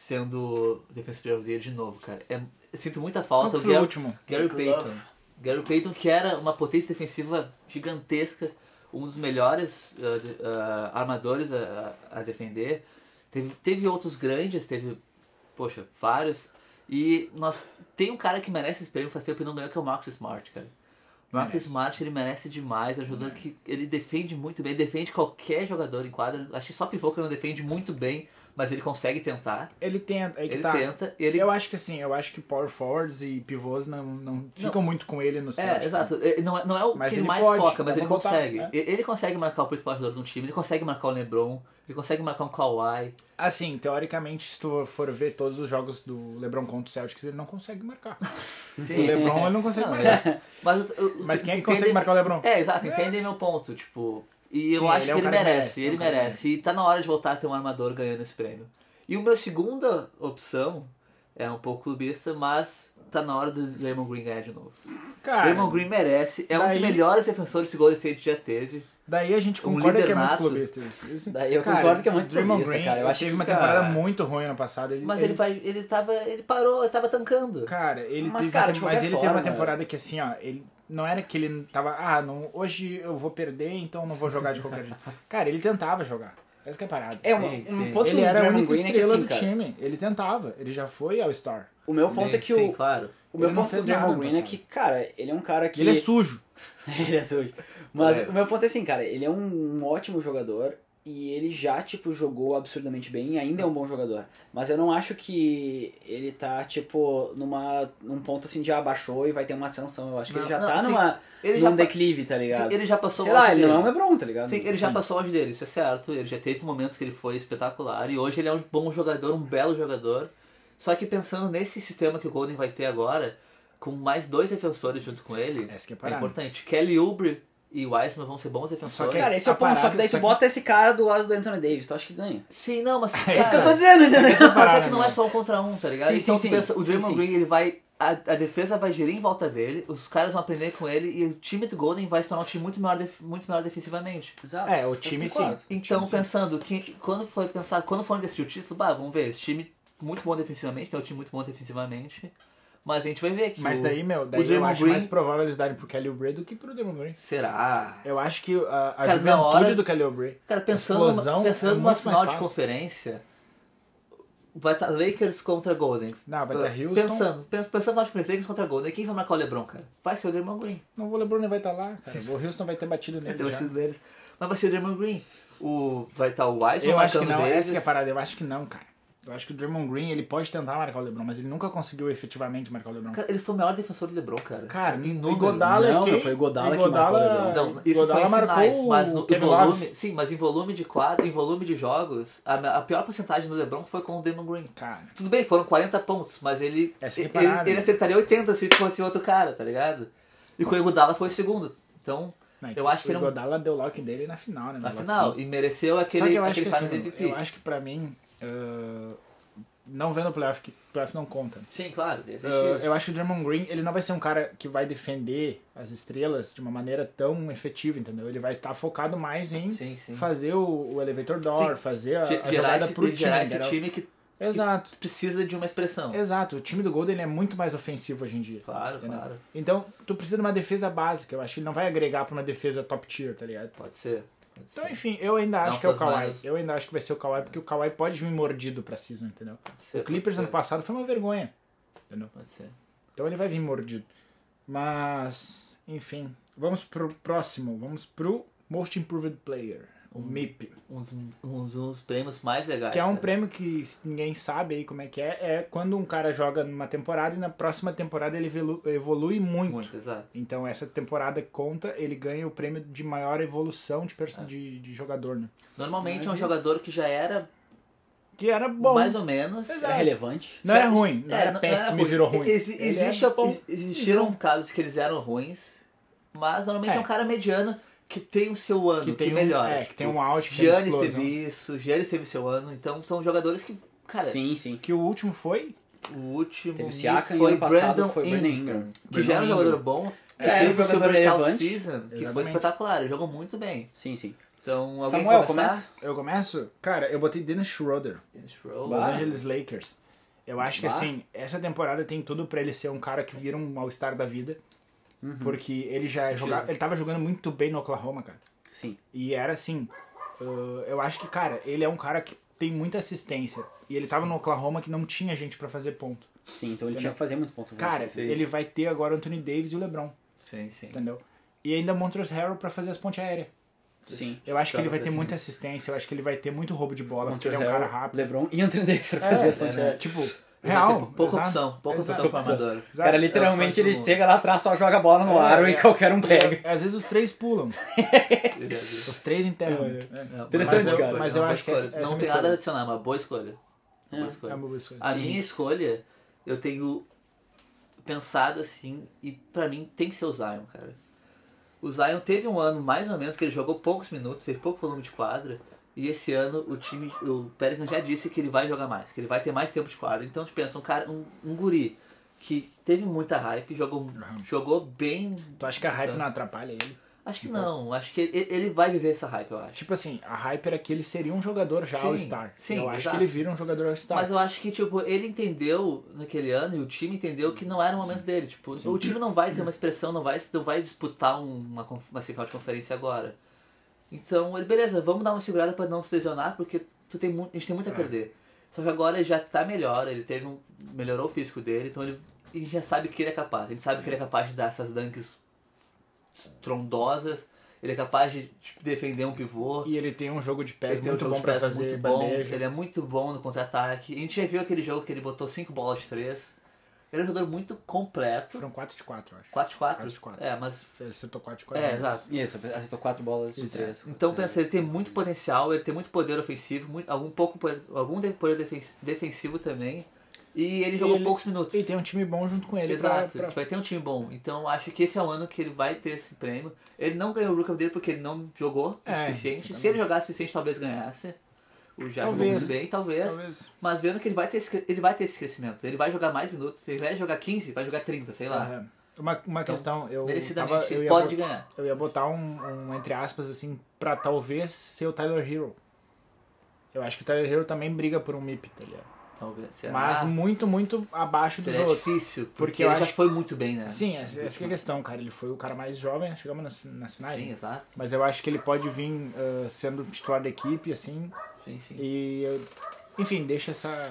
[SPEAKER 4] sendo Defensive Player of the Year de novo, cara. É- eu sinto muita falta.
[SPEAKER 2] Qual
[SPEAKER 4] o
[SPEAKER 2] foi o
[SPEAKER 4] Gary-
[SPEAKER 2] último?
[SPEAKER 4] Gary
[SPEAKER 3] Nick Love.
[SPEAKER 4] Payton. Gary Payton, que era uma potência defensiva gigantesca, um dos melhores ah, de- ah, armadores a, a- a defender. Teve, teve outros grandes, teve, poxa, vários. E nós tem um cara que merece esse prêmio faz tempo e não ganhou, que é o Marcus Smart, cara. O Marcus
[SPEAKER 2] Merece.
[SPEAKER 4] Smart, ele merece demais. É um jogador que ele defende muito bem, defende qualquer jogador em quadra. Acho que só pivô que não defende muito bem, mas ele consegue tentar.
[SPEAKER 2] Ele tenta, aí que
[SPEAKER 4] Ele
[SPEAKER 2] tá.
[SPEAKER 4] tenta, ele
[SPEAKER 2] Eu acho que assim, eu acho que power forwards e pivôs não, não ficam muito com ele no Celtics.
[SPEAKER 4] É, exato. É, Não é, não é o
[SPEAKER 2] Mas
[SPEAKER 4] que ele
[SPEAKER 2] ele
[SPEAKER 4] mais
[SPEAKER 2] pode,
[SPEAKER 4] foca, mas
[SPEAKER 2] dá
[SPEAKER 4] ele
[SPEAKER 2] pra botar,
[SPEAKER 4] consegue.
[SPEAKER 2] né?
[SPEAKER 4] E- Ele consegue marcar o principal jogador de um time, ele consegue marcar o LeBron, ele consegue marcar um Kawhi.
[SPEAKER 2] Assim, teoricamente, se tu for ver todos os jogos do LeBron contra o Celtics, ele não consegue marcar. O LeBron ele não consegue
[SPEAKER 4] Não,
[SPEAKER 2] marcar.
[SPEAKER 4] é. Mas, eu- eu-
[SPEAKER 2] Mas quem é que
[SPEAKER 4] entende-
[SPEAKER 2] consegue marcar o LeBron?
[SPEAKER 4] É, exato, entendem meu ponto, tipo. E eu
[SPEAKER 2] Sim,
[SPEAKER 4] acho
[SPEAKER 2] ele é um
[SPEAKER 4] que ele
[SPEAKER 2] cara que
[SPEAKER 4] merece,
[SPEAKER 2] merece, é um
[SPEAKER 4] ele
[SPEAKER 2] cara que
[SPEAKER 4] merece. E tá na hora de voltar a ter um armador ganhando esse prêmio. E o meu segunda opção é um pouco clubista, mas tá na hora do Draymond Green ganhar de novo.
[SPEAKER 2] Cara,
[SPEAKER 4] Draymond Green merece, é um dos
[SPEAKER 2] daí-
[SPEAKER 4] melhores defensores que o Golden State já teve.
[SPEAKER 2] daí a gente concorda
[SPEAKER 4] líder
[SPEAKER 2] que é muito
[SPEAKER 4] nato.
[SPEAKER 2] clubista. isso. Isso-
[SPEAKER 3] um Daí eu concordo que é muito
[SPEAKER 2] Draymond
[SPEAKER 3] clubista, cara. Eu
[SPEAKER 2] ele
[SPEAKER 3] acho
[SPEAKER 2] teve
[SPEAKER 3] que,
[SPEAKER 2] uma
[SPEAKER 3] cara-
[SPEAKER 2] temporada muito ruim ano passado. Ele,
[SPEAKER 4] Mas
[SPEAKER 2] ele-
[SPEAKER 4] ele, vai, ele tava. Ele parou, ele tava tancando.
[SPEAKER 2] Cara, ele
[SPEAKER 3] Mas,
[SPEAKER 2] teve,
[SPEAKER 3] É. cara,
[SPEAKER 2] uma
[SPEAKER 3] de
[SPEAKER 2] tem- mas
[SPEAKER 3] qualquer
[SPEAKER 2] ele teve uma
[SPEAKER 3] forma-
[SPEAKER 2] temporada que assim, ó, ele não era que ele tava, ah, não, hoje eu vou perder, então não vou jogar de qualquer jeito. Cara, ele tentava jogar. Essa que é a parada.
[SPEAKER 3] É, um,
[SPEAKER 4] Sim,
[SPEAKER 3] um
[SPEAKER 4] sim.
[SPEAKER 3] ponto
[SPEAKER 2] ele
[SPEAKER 3] do
[SPEAKER 2] era a
[SPEAKER 3] Draymond
[SPEAKER 2] única
[SPEAKER 3] Green é que,
[SPEAKER 2] estrela
[SPEAKER 3] assim,
[SPEAKER 2] do
[SPEAKER 3] cara,
[SPEAKER 2] time. Ele tentava. Ele já foi ao Star.
[SPEAKER 3] O meu ponto é que
[SPEAKER 4] Sim,
[SPEAKER 3] o,
[SPEAKER 4] claro.
[SPEAKER 3] o meu
[SPEAKER 2] Ele não
[SPEAKER 3] ponto
[SPEAKER 2] fez
[SPEAKER 3] do Draymond
[SPEAKER 2] nada no
[SPEAKER 3] Green é
[SPEAKER 2] passado.
[SPEAKER 3] que, cara, ele é um cara que
[SPEAKER 2] Ele é sujo.
[SPEAKER 3] ele é sujo. Mas
[SPEAKER 4] É.
[SPEAKER 3] o meu ponto é assim, cara, ele é um ótimo jogador e ele já, tipo, jogou absurdamente bem e ainda é um bom jogador. Mas eu não acho que ele tá, tipo, numa, num ponto assim de abaixou e vai ter uma ascensão. Eu acho que
[SPEAKER 4] Não,
[SPEAKER 3] ele já
[SPEAKER 4] não,
[SPEAKER 3] tá
[SPEAKER 4] sim.
[SPEAKER 3] numa,
[SPEAKER 4] Ele
[SPEAKER 3] num
[SPEAKER 4] já pa-
[SPEAKER 3] declive, tá ligado?
[SPEAKER 4] Sim, ele já passou
[SPEAKER 3] Sei
[SPEAKER 4] o
[SPEAKER 3] lá,
[SPEAKER 4] auge
[SPEAKER 3] ele não é um
[SPEAKER 4] dele.
[SPEAKER 3] LeBron, tá ligado?
[SPEAKER 4] Sim, ele já
[SPEAKER 3] Sim.
[SPEAKER 4] passou o auge dele, isso é certo. Ele já teve momentos que ele foi espetacular e hoje ele é um bom jogador, um belo jogador. Só que pensando nesse sistema que o Golden vai ter agora, com mais dois defensores junto com ele,
[SPEAKER 2] Essa que é a parada.
[SPEAKER 4] importante. Kelly Oubre e Wiseman vão ser bons defensores.
[SPEAKER 2] Só que-
[SPEAKER 3] Cara, esse é o
[SPEAKER 2] A
[SPEAKER 3] ponto, só
[SPEAKER 2] parada-
[SPEAKER 3] que daí
[SPEAKER 2] só
[SPEAKER 3] tu
[SPEAKER 2] que-
[SPEAKER 3] bota esse cara do lado do Anthony Davis, tu acha que ganha?
[SPEAKER 4] Sim, não,
[SPEAKER 2] É
[SPEAKER 4] mas.
[SPEAKER 3] É isso que eu tô
[SPEAKER 4] cara,
[SPEAKER 3] dizendo, entendeu?
[SPEAKER 4] Mas é
[SPEAKER 2] parada,
[SPEAKER 4] que não é
[SPEAKER 2] né?
[SPEAKER 4] só um contra um, tá ligado?
[SPEAKER 3] Sim,
[SPEAKER 4] então
[SPEAKER 3] sim,
[SPEAKER 4] tu pensa,
[SPEAKER 3] sim.
[SPEAKER 4] o Draymond
[SPEAKER 3] Sim, sim.
[SPEAKER 4] Green, ele vai. A, a defesa vai girar em volta dele, os caras vão aprender com ele e o time do Golden vai se tornar um time muito melhor, def- muito melhor defensivamente.
[SPEAKER 3] Exato.
[SPEAKER 2] É, o time sim.
[SPEAKER 4] Então, pensando, que, quando for pensar, quando for decidir o título, bah, vamos ver, esse time muito bom defensivamente, tem um time muito bom defensivamente, mas a gente vai ver aqui.
[SPEAKER 2] Mas
[SPEAKER 4] o-
[SPEAKER 2] daí, meu,
[SPEAKER 4] o
[SPEAKER 2] daí eu
[SPEAKER 4] Draymond
[SPEAKER 2] acho
[SPEAKER 4] Green,
[SPEAKER 2] mais provável eles darem pro Kelly Oubre do que pro Draymond Green.
[SPEAKER 4] Será?
[SPEAKER 2] Eu acho que a, a
[SPEAKER 4] Cara, na
[SPEAKER 2] juventude
[SPEAKER 4] hora-
[SPEAKER 2] do Kelly Oubre...
[SPEAKER 4] Cara, pensando,
[SPEAKER 2] Explosão
[SPEAKER 4] numa, pensando
[SPEAKER 2] é
[SPEAKER 4] numa
[SPEAKER 2] muito mais
[SPEAKER 4] final de
[SPEAKER 2] fácil.
[SPEAKER 4] conferência, vai estar Lakers contra Golden.
[SPEAKER 2] Não, vai tá Houston.
[SPEAKER 4] Pensando, pens- pensando na final de conferência, Lakers contra Golden, quem vai marcar o LeBron, cara? Vai ser o Draymond Green.
[SPEAKER 2] Não, o LeBron nem vai estar lá, cara. O Houston vai ter batido
[SPEAKER 4] Vai
[SPEAKER 2] nele
[SPEAKER 4] ter
[SPEAKER 2] já.
[SPEAKER 4] batido deles. Mas vai ser o Draymond Green. O, vai estar o Wiseman
[SPEAKER 2] Eu acho que
[SPEAKER 4] marcando
[SPEAKER 2] não,
[SPEAKER 4] deles.
[SPEAKER 2] essa que é a parada. Eu acho que não, cara. Eu acho que o Draymond Green, ele pode tentar marcar o LeBron, mas ele nunca conseguiu efetivamente marcar o LeBron.
[SPEAKER 4] Cara, ele foi o melhor defensor do LeBron, cara.
[SPEAKER 2] Cara,
[SPEAKER 4] em
[SPEAKER 2] o
[SPEAKER 4] números.
[SPEAKER 2] Godala é
[SPEAKER 3] Não,
[SPEAKER 2] quem?
[SPEAKER 3] não, foi o Godala que marcou o LeBron.
[SPEAKER 4] Não, isso
[SPEAKER 2] Godala
[SPEAKER 4] foi em finais,
[SPEAKER 2] marcou
[SPEAKER 4] mas
[SPEAKER 2] o
[SPEAKER 4] no, em
[SPEAKER 2] Kevin
[SPEAKER 4] volume,
[SPEAKER 2] Love.
[SPEAKER 4] sim, mas em volume de quadro, em volume de jogos, a, a pior porcentagem do LeBron foi com o Damon Green.
[SPEAKER 2] Cara,
[SPEAKER 4] Tudo bem, foram 40 pontos, mas ele
[SPEAKER 2] Essa que é a
[SPEAKER 4] ele,
[SPEAKER 2] parada,
[SPEAKER 4] ele
[SPEAKER 2] né?
[SPEAKER 4] acertaria 80 se fosse outro cara, tá ligado? E com o Iguodala foi o segundo. Então,
[SPEAKER 2] né,
[SPEAKER 4] eu acho
[SPEAKER 2] o
[SPEAKER 4] que ele é um-
[SPEAKER 2] Godala deu lock dele na final, né?
[SPEAKER 4] na
[SPEAKER 2] no
[SPEAKER 4] final
[SPEAKER 2] lock-in.
[SPEAKER 4] e mereceu
[SPEAKER 2] Só que
[SPEAKER 4] aquele
[SPEAKER 2] eu acho
[SPEAKER 4] aquele
[SPEAKER 2] que,
[SPEAKER 4] Finals
[SPEAKER 2] assim,
[SPEAKER 4] MVP.
[SPEAKER 2] eu acho que pra mim, ah, não vendo o playoff, que playoff não conta. né?
[SPEAKER 4] Sim, claro. existe
[SPEAKER 2] Ah,
[SPEAKER 4] isso.
[SPEAKER 2] eu acho que o Draymond Green, ele não vai ser um cara que vai defender as estrelas de uma maneira tão efetiva, entendeu? Ele vai estar focado mais em
[SPEAKER 4] Sim, sim.
[SPEAKER 2] fazer o, o elevator door,
[SPEAKER 4] Sim.
[SPEAKER 2] fazer a,
[SPEAKER 4] Ge-
[SPEAKER 2] a
[SPEAKER 4] gerar
[SPEAKER 2] jogada
[SPEAKER 4] esse,
[SPEAKER 2] pro time.
[SPEAKER 4] gerar esse
[SPEAKER 2] entendeu?
[SPEAKER 4] time que
[SPEAKER 2] Exato.
[SPEAKER 4] precisa de uma expressão.
[SPEAKER 2] Exato, o time do Golden ele é muito mais ofensivo hoje em dia.
[SPEAKER 4] Claro, claro.
[SPEAKER 2] Então, tu precisa de uma defesa básica. Eu acho que ele não vai agregar pra uma defesa top tier, tá ligado?
[SPEAKER 4] Pode ser. pode
[SPEAKER 2] Então,
[SPEAKER 4] ser,
[SPEAKER 2] enfim, eu ainda acho
[SPEAKER 4] Não,
[SPEAKER 2] que é o
[SPEAKER 4] pros
[SPEAKER 2] Kawhi.
[SPEAKER 4] Warriors.
[SPEAKER 2] Eu ainda acho que vai ser o Kawhi, porque o Kawhi pode vir mordido pra season, entendeu?
[SPEAKER 4] pode ser,
[SPEAKER 2] O Clippers
[SPEAKER 4] pode
[SPEAKER 2] ano
[SPEAKER 4] ser,
[SPEAKER 2] passado foi uma vergonha.
[SPEAKER 4] Pode ser.
[SPEAKER 2] Então ele vai vir mordido. Mas, enfim, vamos pro próximo. Vamos pro Most Improved Player, o MIP.
[SPEAKER 4] um dos, um dos- um dos prêmios mais legais.
[SPEAKER 2] Que é um
[SPEAKER 4] cara.
[SPEAKER 2] prêmio que s- ninguém sabe aí como é que é. É quando um cara joga numa temporada e na próxima temporada ele evolu- evolui muito.
[SPEAKER 4] Muito, exato.
[SPEAKER 2] Então essa temporada que conta, ele ganha o prêmio de maior evolução de,
[SPEAKER 4] É.
[SPEAKER 2] perso- de, de jogador, né?
[SPEAKER 4] Normalmente é
[SPEAKER 3] Não
[SPEAKER 4] um
[SPEAKER 3] é?
[SPEAKER 4] jogador que já era
[SPEAKER 2] Que era bom.
[SPEAKER 4] mais ou menos.
[SPEAKER 3] Era é relevante.
[SPEAKER 2] Não
[SPEAKER 4] já-
[SPEAKER 2] era ruim, não
[SPEAKER 4] é,
[SPEAKER 2] era péssimo e virou ruim.
[SPEAKER 4] Exi-
[SPEAKER 2] Ele
[SPEAKER 4] existe
[SPEAKER 2] era bom.
[SPEAKER 4] ex- existiram casos que eles eram ruins, mas normalmente é. um
[SPEAKER 2] É. cara
[SPEAKER 4] cara mediano que tem o seu ano, que,
[SPEAKER 2] que tem um-
[SPEAKER 4] melhora.
[SPEAKER 2] é,
[SPEAKER 4] tipo,
[SPEAKER 2] que tem um auge, que tem
[SPEAKER 4] Giannis
[SPEAKER 2] explosão. assim.
[SPEAKER 4] teve isso, Giannis teve seu ano, então são jogadores que, cara,
[SPEAKER 3] Sim, sim.
[SPEAKER 2] Que o último foi
[SPEAKER 4] o último
[SPEAKER 3] Teve o Siakam e
[SPEAKER 4] foi
[SPEAKER 3] ano passado
[SPEAKER 4] Brandon
[SPEAKER 3] foi o Brandon Ingram.
[SPEAKER 4] que já era um
[SPEAKER 2] Brandon
[SPEAKER 4] jogador bom, que
[SPEAKER 3] É,
[SPEAKER 4] teve
[SPEAKER 3] um jogador
[SPEAKER 4] sobre o Cal
[SPEAKER 3] relevante.
[SPEAKER 4] Season, que foi
[SPEAKER 2] Exatamente.
[SPEAKER 4] espetacular, ele jogou muito bem.
[SPEAKER 3] Sim, sim.
[SPEAKER 4] Então, alguém
[SPEAKER 3] Samuel,
[SPEAKER 4] começar?
[SPEAKER 2] Eu começo? Cara, eu botei Dennis Schroeder,
[SPEAKER 4] Dennis Schroeder.
[SPEAKER 2] Los
[SPEAKER 3] Bah.
[SPEAKER 2] Angeles Lakers. Eu acho que
[SPEAKER 3] Bah.
[SPEAKER 2] assim, essa temporada tem tudo pra ele ser um cara que vira um all-star da vida. Porque ele já
[SPEAKER 4] Uhum. Sentido.
[SPEAKER 2] jogava. Ele tava jogando muito bem no Oklahoma, cara.
[SPEAKER 3] Sim.
[SPEAKER 2] E era assim. uh, eu acho que, cara, ele é um cara que tem muita assistência. E ele tava no Oklahoma que não tinha gente pra fazer ponto.
[SPEAKER 3] Sim, então ele tinha que fazer muito ponto.
[SPEAKER 2] Cara,
[SPEAKER 4] É, Sim.
[SPEAKER 2] ele vai ter agora o Anthony Davis e o LeBron,
[SPEAKER 4] Sim, sim.
[SPEAKER 2] entendeu? E ainda Montrose Harrell pra fazer as pontes aéreas.
[SPEAKER 3] sim.
[SPEAKER 2] Eu acho que
[SPEAKER 4] Tá,
[SPEAKER 2] ele vai ter
[SPEAKER 4] sim.
[SPEAKER 2] muita assistência, eu acho que ele vai ter muito roubo de bola, porque ele é um cara rápido.
[SPEAKER 3] LeBron e Anthony Davis pra fazer as
[SPEAKER 2] É,
[SPEAKER 3] pontes.
[SPEAKER 2] né?
[SPEAKER 3] aéreas.
[SPEAKER 2] Tipo,
[SPEAKER 4] Ele
[SPEAKER 2] real.
[SPEAKER 4] vai ter é pouca
[SPEAKER 2] exato,
[SPEAKER 4] opção, pouca
[SPEAKER 2] exato,
[SPEAKER 4] opção pra amador.
[SPEAKER 2] exato.
[SPEAKER 3] Cara,
[SPEAKER 4] É o
[SPEAKER 3] literalmente
[SPEAKER 4] sonho
[SPEAKER 3] ele
[SPEAKER 4] do mundo.
[SPEAKER 3] chega lá atrás, só joga a bola no aro
[SPEAKER 2] um- é.
[SPEAKER 3] e qualquer um pega.
[SPEAKER 2] E, Às vezes os três pulam, os três enterram.
[SPEAKER 4] Não,
[SPEAKER 3] Interessante,
[SPEAKER 4] mas eu-
[SPEAKER 3] cara.
[SPEAKER 2] Mas
[SPEAKER 4] não,
[SPEAKER 2] eu
[SPEAKER 4] boa
[SPEAKER 2] acho que essa-
[SPEAKER 4] escolha.
[SPEAKER 2] essa é
[SPEAKER 4] Não
[SPEAKER 2] uma
[SPEAKER 4] tem nada
[SPEAKER 2] escolha.
[SPEAKER 4] a adicionar, uma boa escolha. Uma boa
[SPEAKER 2] É
[SPEAKER 4] escolha.
[SPEAKER 2] uma boa escolha.
[SPEAKER 4] A minha escolha, eu tenho pensado assim, e pra mim tem que ser o Zion, cara. O Zion teve um ano, mais ou menos, que ele jogou poucos minutos, teve pouco volume de quadra. E esse ano o time, o Pelican já disse que ele vai jogar mais, que ele vai ter mais tempo de quadra. Então tu pensa, um cara, um, um guri que teve muita hype, jogou, jogou bem.
[SPEAKER 2] Tu acha que a hype é não atrapalha ele?
[SPEAKER 4] Acho que não, acho que ele, ele vai viver essa hype, eu acho.
[SPEAKER 2] Tipo assim, a hype era que ele seria um jogador já
[SPEAKER 4] Sim,
[SPEAKER 2] All-Star.
[SPEAKER 4] sim,
[SPEAKER 2] eu acho
[SPEAKER 4] exato.
[SPEAKER 2] que ele vira um jogador All-Star.
[SPEAKER 4] Mas eu acho que, tipo, ele entendeu naquele ano e o time entendeu que não era o momento dele. Tipo, o time não vai ter uma expressão, não vai, não vai disputar um, uma, conf- uma final de conferência agora. Então, ele, beleza, vamos dar uma segurada pra não se lesionar, porque tu tem mu- a gente tem muito a perder. Só que agora ele já tá melhor, ele teve um. melhorou o físico dele, então ele, ele já sabe que ele é capaz. Ele sabe que ele é capaz de dar essas dunks trondosas, ele é capaz de tipo, defender um pivô.
[SPEAKER 2] E ele tem um jogo de pés
[SPEAKER 4] Ele tem um
[SPEAKER 2] muito
[SPEAKER 4] jogo
[SPEAKER 2] bom
[SPEAKER 4] de
[SPEAKER 2] pra
[SPEAKER 4] pés
[SPEAKER 2] fazer
[SPEAKER 4] muito bom,
[SPEAKER 2] bandeja.
[SPEAKER 4] ele é muito bom no contra-ataque. A gente já viu aquele jogo que ele botou 5 bolas de 3. Ele é um jogador muito completo.
[SPEAKER 2] Foram 4 de 4, eu acho. 4 de
[SPEAKER 4] 4x4.
[SPEAKER 2] 4.
[SPEAKER 4] É, mas.
[SPEAKER 2] Ele acertou 4 de É. 4.
[SPEAKER 4] É, exato.
[SPEAKER 3] Isso, acertou quatro bolas de três.
[SPEAKER 4] Então pensa, ele tem muito potencial, ele tem muito poder ofensivo, muito- algum pouco poder- algum de- poder defen- defensivo também. E ele jogou
[SPEAKER 2] ele-
[SPEAKER 4] poucos minutos.
[SPEAKER 2] E tem um time bom junto com ele pra,
[SPEAKER 4] Exato,
[SPEAKER 2] pra
[SPEAKER 4] vai ter um time bom. Então acho que esse é o ano que ele vai ter esse prêmio. Ele não ganhou o Rookie of the Year porque ele não jogou o
[SPEAKER 2] É,
[SPEAKER 4] suficiente. Se ele jogasse o suficiente, talvez ganhasse. O já jogou
[SPEAKER 2] Talvez.
[SPEAKER 4] muito bem, talvez.
[SPEAKER 2] Talvez.
[SPEAKER 4] Mas vendo que ele vai, ter esse, ele vai ter esse crescimento. Ele vai jogar mais minutos. Se ele vai jogar 15, vai jogar 30, sei lá.
[SPEAKER 2] Aham. Uma, uma questão, É, eu,
[SPEAKER 4] Tá. Então, Merecidamente,
[SPEAKER 2] tava, eu,
[SPEAKER 4] ele
[SPEAKER 2] ia
[SPEAKER 4] pode
[SPEAKER 2] bo-
[SPEAKER 4] ganhar.
[SPEAKER 2] eu ia botar um, um, entre aspas, assim, pra talvez ser o Tyler Hero. Eu acho que o Tyler Hero também briga por um MIP, tá ligado?
[SPEAKER 4] Talvez. Será?
[SPEAKER 2] Mas muito, muito abaixo dos
[SPEAKER 4] Seria
[SPEAKER 2] outros.
[SPEAKER 4] difícil, porque,
[SPEAKER 2] Porque eu
[SPEAKER 4] ele já
[SPEAKER 2] acho-
[SPEAKER 4] foi muito bem, né?
[SPEAKER 2] Sim, essa, essa que é a questão, cara. Ele foi o cara mais jovem, chegamos nas, nas finais.
[SPEAKER 4] Sim,
[SPEAKER 2] né?
[SPEAKER 4] exato.
[SPEAKER 2] Mas eu acho que ele pode vir ah, sendo titular da equipe, assim,
[SPEAKER 4] Sim, sim.
[SPEAKER 2] e... eu- enfim, deixa essa...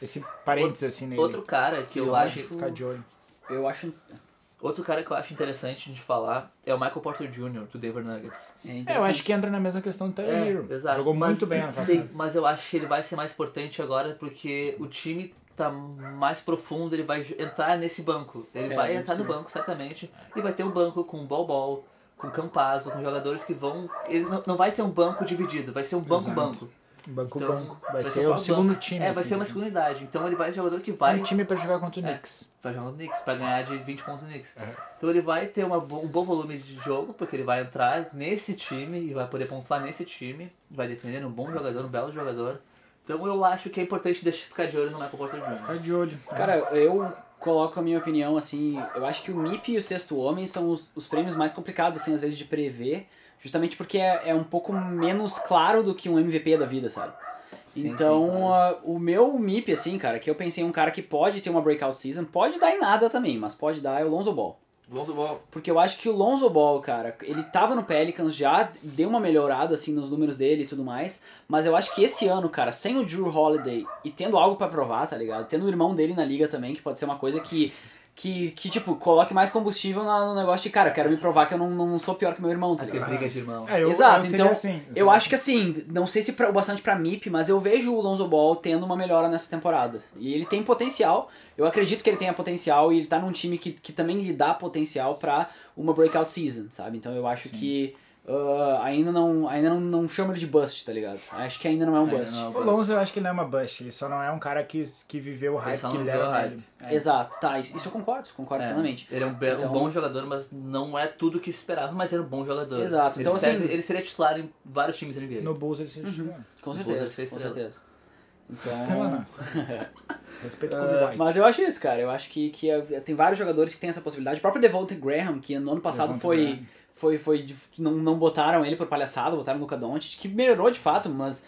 [SPEAKER 2] Esse parênteses, assim, nele.
[SPEAKER 4] Outro cara que eu
[SPEAKER 2] Pra gente
[SPEAKER 4] acho.
[SPEAKER 2] Ficar de olho.
[SPEAKER 3] Eu acho. é,
[SPEAKER 4] Outro cara que eu acho interessante de falar é o Michael Porter Jr., do Denver
[SPEAKER 2] É,
[SPEAKER 3] É,
[SPEAKER 4] Nuggets.
[SPEAKER 2] eu
[SPEAKER 3] interessante.
[SPEAKER 2] acho que entra na mesma questão do Tyler Hero. Jogou
[SPEAKER 4] assim É, Mas-
[SPEAKER 2] muito bem na
[SPEAKER 4] sim,
[SPEAKER 2] passada.
[SPEAKER 4] mas eu acho que ele vai ser mais importante agora porque o time tá mais profundo, ele vai ju- entrar nesse banco. Ele
[SPEAKER 3] É,
[SPEAKER 4] vai
[SPEAKER 3] é
[SPEAKER 4] entrar no
[SPEAKER 3] possível.
[SPEAKER 4] banco, certamente, e vai ter um banco com Bol Bol, com Campazzo, com jogadores que vão... Ele não, não vai ser um banco dividido, vai ser um banco-banco.
[SPEAKER 2] Banco
[SPEAKER 4] Então,
[SPEAKER 2] banco. Vai, ser, o
[SPEAKER 4] qual
[SPEAKER 2] segundo
[SPEAKER 4] banco?
[SPEAKER 2] time.
[SPEAKER 4] É, vai
[SPEAKER 2] assim,
[SPEAKER 4] ser uma
[SPEAKER 2] né?
[SPEAKER 4] segunda É. unidade. Então ele vai ser um jogador que vai...
[SPEAKER 2] Um time pra jogar contra o Knicks.
[SPEAKER 4] Vai jogar no Knicks, pra ganhar de 20 pontos no Knicks. Então ele vai ter uma bo- um bom volume de jogo, porque ele vai entrar nesse time e vai poder pontuar nesse time. Vai defender um bom jogador, um belo jogador. Então eu acho que é importante deixar ficar de olho no Michael Porter Jr.
[SPEAKER 2] Fica de olho.
[SPEAKER 3] É. Cara, eu coloco a minha opinião assim. Eu acho que o MIP e o Sexto Homem são os, os prêmios mais complicados, assim, às vezes, de prever. Justamente porque é, é um pouco menos claro do que um MVP da vida, sabe?
[SPEAKER 4] Sim,
[SPEAKER 3] então,
[SPEAKER 4] sim, claro.
[SPEAKER 3] ah, o meu MIP, assim, cara, que eu pensei em um cara que pode ter uma breakout season, pode dar em nada também, mas pode dar é o Lonzo Ball.
[SPEAKER 4] Lonzo Ball.
[SPEAKER 3] Porque eu acho que o Lonzo Ball, cara, ele tava no Pelicans já, deu uma melhorada, assim, nos números dele e tudo mais. Mas eu acho que esse ano, cara, sem o Drew Holiday e tendo algo pra provar, tá ligado? Tendo o irmão dele na liga também, que pode ser uma coisa que, que, que tipo, coloque mais combustível na- no negócio de, cara, eu quero me provar que eu não, não sou pior que meu irmão, tá
[SPEAKER 4] Vai ter
[SPEAKER 3] ligado?
[SPEAKER 4] Ah, briga de irmão.
[SPEAKER 2] É, eu,
[SPEAKER 3] Exato,
[SPEAKER 2] eu seria
[SPEAKER 3] então
[SPEAKER 2] assim.
[SPEAKER 3] eu acho que assim, não sei se pra- o bastante pra MIP, mas eu vejo o Lonzo Ball tendo uma melhora nessa temporada. E ele tem potencial, eu acredito que ele tenha potencial e ele tá num time que, que também lhe dá potencial pra uma breakout season, sabe? Então eu acho que ah, ainda não ainda não, não chama ele de bust, tá ligado? Acho que ainda não é um bust.
[SPEAKER 4] não é um
[SPEAKER 2] O Lonzo eu acho que ele não é uma bush, ele só não é um cara que, que viveu o hype
[SPEAKER 4] só
[SPEAKER 2] que
[SPEAKER 4] não
[SPEAKER 2] ele
[SPEAKER 4] viveu o
[SPEAKER 2] era
[SPEAKER 4] hype.
[SPEAKER 2] nele.
[SPEAKER 3] Exato, tá, isso isso eu concordo, isso eu concordo plenamente.
[SPEAKER 4] ele é um, be- um
[SPEAKER 3] Então-
[SPEAKER 4] bom jogador, mas não é tudo que se esperava, mas era um bom jogador.
[SPEAKER 3] Exato,
[SPEAKER 4] Ele,
[SPEAKER 3] então,
[SPEAKER 4] serve-
[SPEAKER 3] assim-
[SPEAKER 4] ele seria titular em vários times da NBA.
[SPEAKER 2] No Bulls ele se uhum.
[SPEAKER 3] Com
[SPEAKER 4] Boa,
[SPEAKER 3] certeza,
[SPEAKER 4] seis
[SPEAKER 3] com
[SPEAKER 4] estrelas.
[SPEAKER 3] certeza.
[SPEAKER 2] Então,
[SPEAKER 3] Então,
[SPEAKER 2] Respeito o Kobe White.
[SPEAKER 3] Mas eu acho isso, cara. Eu acho que, que é- tem vários jogadores que têm essa possibilidade. O próprio Devontae Graham, que no ano passado
[SPEAKER 2] Devontae
[SPEAKER 3] foi,
[SPEAKER 2] Graham.
[SPEAKER 3] foi. foi de- não, não botaram ele por palhaçada, botaram o Luka Doncic, que melhorou de fato, mas.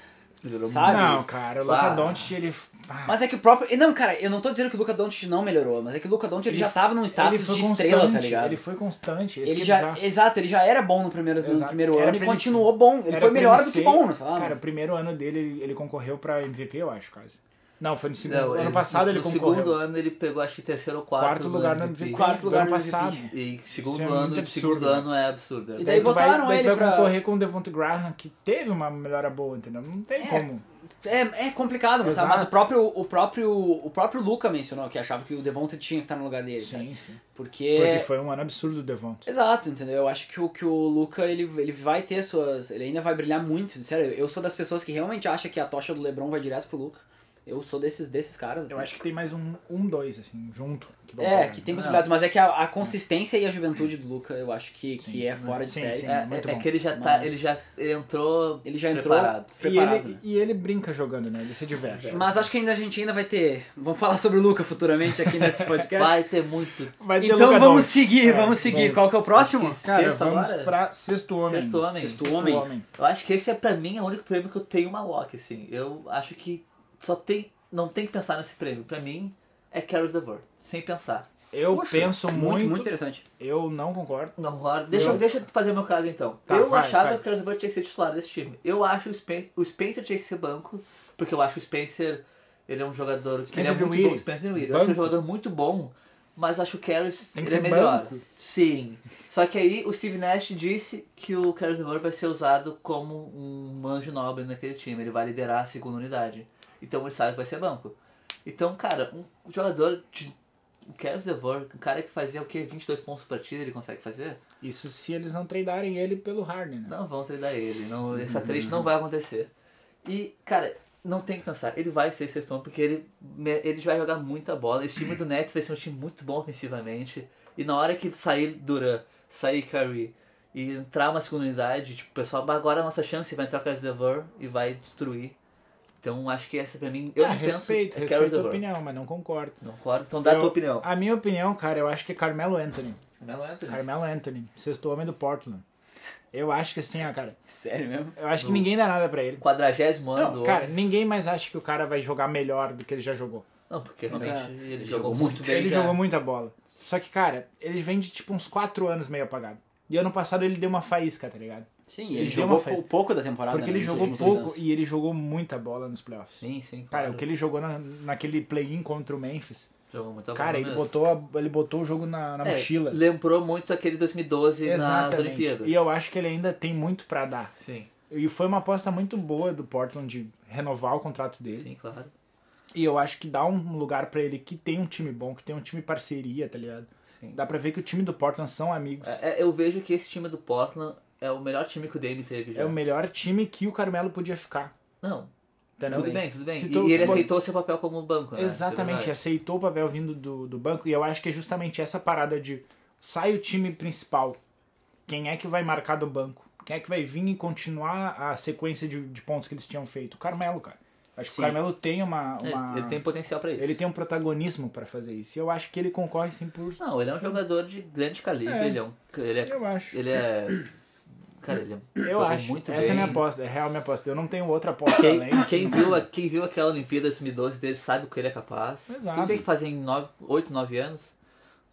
[SPEAKER 3] Sabe?
[SPEAKER 2] Não, cara, o Luka
[SPEAKER 4] Ah.
[SPEAKER 2] Doncic, ele... ah,
[SPEAKER 3] tá Mas é que o próprio. e Não, cara, eu não tô dizendo que o Luka Doncic não melhorou, mas é que o Luka Doncic ele já tava num status de estrela, tá
[SPEAKER 2] constante,
[SPEAKER 3] ligado?
[SPEAKER 2] Ele foi constante. esse
[SPEAKER 3] Ele
[SPEAKER 2] que é
[SPEAKER 3] já,
[SPEAKER 2] bizarro.
[SPEAKER 3] exato, ele já era bom no primeiro, no
[SPEAKER 2] Exato.
[SPEAKER 3] primeiro
[SPEAKER 2] Era
[SPEAKER 3] ano e
[SPEAKER 2] pra ele
[SPEAKER 3] continuou
[SPEAKER 2] ser-
[SPEAKER 3] bom. Ele
[SPEAKER 2] era
[SPEAKER 3] foi
[SPEAKER 2] pra
[SPEAKER 3] melhor
[SPEAKER 2] ele
[SPEAKER 3] do que
[SPEAKER 2] ser-
[SPEAKER 3] bom, sei lá.
[SPEAKER 2] Cara,
[SPEAKER 3] mas-
[SPEAKER 2] o primeiro ano dele, ele, ele concorreu pra MVP, eu acho, quase. Não, foi no segundo.
[SPEAKER 4] Não,
[SPEAKER 2] ano
[SPEAKER 4] É, ele-
[SPEAKER 2] passado
[SPEAKER 4] no,
[SPEAKER 2] ele
[SPEAKER 4] no
[SPEAKER 2] concorreu.
[SPEAKER 4] segundo ano ele pegou acho que terceiro ou quarto,
[SPEAKER 2] quarto lugar no MVP.
[SPEAKER 3] Quarto
[SPEAKER 2] do
[SPEAKER 3] lugar
[SPEAKER 2] ano
[SPEAKER 3] no MVP.
[SPEAKER 2] passado.
[SPEAKER 4] E segundo
[SPEAKER 2] Isso é
[SPEAKER 4] ano,
[SPEAKER 2] muito
[SPEAKER 4] segundo
[SPEAKER 2] absurdo, né?
[SPEAKER 4] ano é absurdo. é.
[SPEAKER 3] E daí
[SPEAKER 2] tu vai-
[SPEAKER 3] botaram
[SPEAKER 2] daí tu
[SPEAKER 3] ele
[SPEAKER 2] vai
[SPEAKER 3] pra-
[SPEAKER 2] concorrer com o Devonta Graham, que teve uma melhora boa, entendeu? Não tem como.
[SPEAKER 3] É, é complicado, mas, sabe,
[SPEAKER 2] Exato.
[SPEAKER 3] mas o próprio o próprio o próprio Luca mencionou que achava que o Devonta tinha que estar no lugar dele, sabe?
[SPEAKER 2] Sim, sim.
[SPEAKER 3] Porque,
[SPEAKER 2] Porque foi um ano absurdo do Devonta.
[SPEAKER 3] Exato, entendeu? Eu acho que o, que o Luca ele, ele vai ter suas. Ele ainda vai brilhar muito. Sério, eu sou das pessoas que realmente acha que a tocha do Lebron vai direto pro Luca. Eu sou desses, desses caras.
[SPEAKER 2] Eu
[SPEAKER 3] assim.
[SPEAKER 2] acho que tem mais um, um dois, assim, junto. Que vão
[SPEAKER 3] É,
[SPEAKER 2] pegar,
[SPEAKER 3] que
[SPEAKER 2] né?
[SPEAKER 3] tem possibilidades, mas é que a, a consistência e a juventude do Luca eu acho que, que é fora de
[SPEAKER 2] Sim,
[SPEAKER 3] série.
[SPEAKER 2] sim.
[SPEAKER 4] É,
[SPEAKER 2] Muito
[SPEAKER 4] é- é
[SPEAKER 2] bom.
[SPEAKER 4] que ele já tá.
[SPEAKER 3] Mas-
[SPEAKER 4] Ele já ele entrou.
[SPEAKER 3] Ele
[SPEAKER 2] é
[SPEAKER 3] já entrou
[SPEAKER 4] preparado.
[SPEAKER 2] E
[SPEAKER 3] preparado,
[SPEAKER 2] ele,
[SPEAKER 3] né?
[SPEAKER 2] e ele brinca jogando, né? Ele se diverte.
[SPEAKER 3] É. Mas acho que ainda a gente ainda vai ter. Vamos falar sobre o Luca futuramente aqui nesse podcast.
[SPEAKER 4] Vai ter muito.
[SPEAKER 2] Vai ter
[SPEAKER 3] Então
[SPEAKER 2] Luka
[SPEAKER 3] vamos
[SPEAKER 2] Doncic.
[SPEAKER 3] seguir,
[SPEAKER 2] É,
[SPEAKER 3] vamos seguir.
[SPEAKER 2] vamos.
[SPEAKER 3] Qual que é o próximo?
[SPEAKER 2] Cara,
[SPEAKER 4] Sexto
[SPEAKER 2] vamos
[SPEAKER 4] agora?
[SPEAKER 2] pra Sexto Homem.
[SPEAKER 4] Sexto Homem.
[SPEAKER 3] Sexto Homem.
[SPEAKER 4] Eu acho que esse é pra mim o único prêmio que eu tenho uma lock, assim. Eu acho que só tem. Não tem que pensar nesse prêmio. Pra mim, é Carol the World. Sem pensar.
[SPEAKER 2] Eu
[SPEAKER 3] Poxa,
[SPEAKER 2] penso
[SPEAKER 3] muito,
[SPEAKER 2] muito,
[SPEAKER 3] muito interessante.
[SPEAKER 2] Eu não concordo.
[SPEAKER 4] Não rola. Deixa, eu-
[SPEAKER 2] Eu-
[SPEAKER 4] deixa eu fazer meu caso então.
[SPEAKER 2] Tá,
[SPEAKER 4] eu
[SPEAKER 2] vai,
[SPEAKER 4] achava
[SPEAKER 2] vai.
[SPEAKER 4] que o Carlos Levert tinha que ser titular desse time. Eu acho que o, Spen- o Spencer tinha que ser banco, porque eu acho que o Spencer ele é um jogador que ele é
[SPEAKER 2] Spencer
[SPEAKER 4] muito
[SPEAKER 2] Dinwiddie.
[SPEAKER 4] bom. Spencer Dinwiddie. Eu acho que é um
[SPEAKER 2] Banco.
[SPEAKER 4] jogador muito bom, mas acho que o Carlos
[SPEAKER 2] Tem que
[SPEAKER 4] ele é
[SPEAKER 2] ser
[SPEAKER 4] melhor.
[SPEAKER 2] banco.
[SPEAKER 4] Sim. Só que aí o Steve Nash disse que o Carlos Levert vai ser usado como um anjo nobre naquele time. Ele vai liderar a segunda unidade. Então ele sabe que vai ser banco. Então, cara, um jogador de. O Carlos Devor, um cara que fazia o quê? 22 pontos por partida, ele consegue fazer?
[SPEAKER 2] Isso se eles não tradarem ele pelo Harden, né?
[SPEAKER 4] Não vão treinar ele. Não, essa trade não vai acontecer. E, cara, não tem que pensar. Ele vai ser sexto homem porque ele, ele vai jogar muita bola. Esse time do Nets vai ser um time muito bom ofensivamente. E na hora que sair Duran, sair Curry e entrar uma segunda unidade, tipo, o pessoal "Bah, agora é a nossa chance vai entrar o Caris Devor e vai destruir. Então acho que essa pra mim. Eu
[SPEAKER 2] ah,
[SPEAKER 4] não penso,
[SPEAKER 2] respeito,
[SPEAKER 4] é Caris
[SPEAKER 2] respeito a
[SPEAKER 4] Devor.
[SPEAKER 2] opinião, mas não concordo.
[SPEAKER 4] Não concordo. Então dá a
[SPEAKER 2] Eu-
[SPEAKER 4] tua opinião.
[SPEAKER 2] A minha opinião, cara, eu acho que é Carmelo Anthony.
[SPEAKER 4] Melo é, Anthony.
[SPEAKER 2] Carmelo Anthony, sexto homem do Portland. Eu acho que assim, ó, cara.
[SPEAKER 3] Sério mesmo?
[SPEAKER 2] Eu acho que ninguém dá nada pra ele.
[SPEAKER 4] Quadragésimo ano do
[SPEAKER 2] Cara, ninguém mais acha que o cara vai jogar melhor do que ele já jogou.
[SPEAKER 4] Não, porque realmente
[SPEAKER 3] Exato.
[SPEAKER 4] ele,
[SPEAKER 3] Ele
[SPEAKER 4] jogou
[SPEAKER 3] jogou
[SPEAKER 4] muito bem.
[SPEAKER 2] ele
[SPEAKER 4] já.
[SPEAKER 2] jogou muita bola. Só que, cara, ele vem de tipo uns 4 anos meio apagado. E ano passado ele deu uma faísca, tá ligado?
[SPEAKER 3] Sim,
[SPEAKER 2] Ele
[SPEAKER 3] ele,
[SPEAKER 2] deu
[SPEAKER 3] jogou
[SPEAKER 2] uma festa.
[SPEAKER 3] pou- pouco da
[SPEAKER 4] Ah,
[SPEAKER 3] temporada.
[SPEAKER 2] Porque ele
[SPEAKER 3] né, nos
[SPEAKER 2] jogou
[SPEAKER 3] últimos dois
[SPEAKER 2] pouco
[SPEAKER 3] anos.
[SPEAKER 2] e ele jogou muita bola nos playoffs.
[SPEAKER 4] Sim, sim.
[SPEAKER 2] Cara,
[SPEAKER 4] claro.
[SPEAKER 2] o que ele jogou na- naquele play-in contra o Memphis,
[SPEAKER 4] Jogou muito a bola
[SPEAKER 2] cara, ele
[SPEAKER 4] mesmo.
[SPEAKER 2] botou, a- ele botou o jogo na, na
[SPEAKER 4] É,
[SPEAKER 2] mochila.
[SPEAKER 4] Lembrou muito aquele 2012 nas
[SPEAKER 2] Exatamente.
[SPEAKER 4] Olimpíadas.
[SPEAKER 2] E eu acho que ele ainda tem muito pra dar.
[SPEAKER 4] Sim,
[SPEAKER 2] E foi uma aposta muito boa do Portland de renovar o contrato dele.
[SPEAKER 4] sim, claro.
[SPEAKER 2] E eu acho que dá um lugar pra ele que tem um time bom, que tem um time parceria, tá ligado?
[SPEAKER 4] Sim.
[SPEAKER 2] Dá pra ver que o time do Portland são amigos. É,
[SPEAKER 4] É, é, eu vejo que esse time do Portland é o melhor time que o Dame teve já.
[SPEAKER 2] É o melhor time que o Carmelo podia ficar.
[SPEAKER 4] Não,
[SPEAKER 2] Entendeu?
[SPEAKER 4] tudo bem, tudo bem.
[SPEAKER 2] Se
[SPEAKER 4] E,
[SPEAKER 2] tu-
[SPEAKER 4] e ele
[SPEAKER 2] bom,
[SPEAKER 4] aceitou seu papel como banco, né?
[SPEAKER 2] Exatamente,
[SPEAKER 4] Isso é verdade.
[SPEAKER 2] aceitou o papel vindo do, do banco. E eu acho que é justamente essa parada de sai o time principal. Quem é que vai marcar do banco? Quem é que vai vir e continuar a sequência de, de pontos que eles tinham feito? O Carmelo, cara. Acho que
[SPEAKER 4] Sim.
[SPEAKER 2] o Carmelo tem uma.
[SPEAKER 4] É,
[SPEAKER 2] uma-
[SPEAKER 4] Ele tem potencial pra isso.
[SPEAKER 2] ele tem um protagonismo pra fazer isso. E eu acho que ele concorre sim por.
[SPEAKER 4] Não, ele é um jogador de grande calibre,
[SPEAKER 2] É.
[SPEAKER 4] ele é um... Ele é...
[SPEAKER 2] Eu acho.
[SPEAKER 4] Ele é... Cara, ele
[SPEAKER 2] Eu
[SPEAKER 4] jogou
[SPEAKER 2] acho.
[SPEAKER 4] muito
[SPEAKER 2] Essa é
[SPEAKER 4] bem.
[SPEAKER 2] minha aposta, é real minha aposta. Eu não tenho outra aposta
[SPEAKER 4] Quem,
[SPEAKER 2] além. disso.
[SPEAKER 4] quem viu, a- quem viu aquela Olimpíada 2012 dele sabe o que ele é capaz.
[SPEAKER 2] Exato.
[SPEAKER 4] Tudo bem que fazem 8, 9 anos,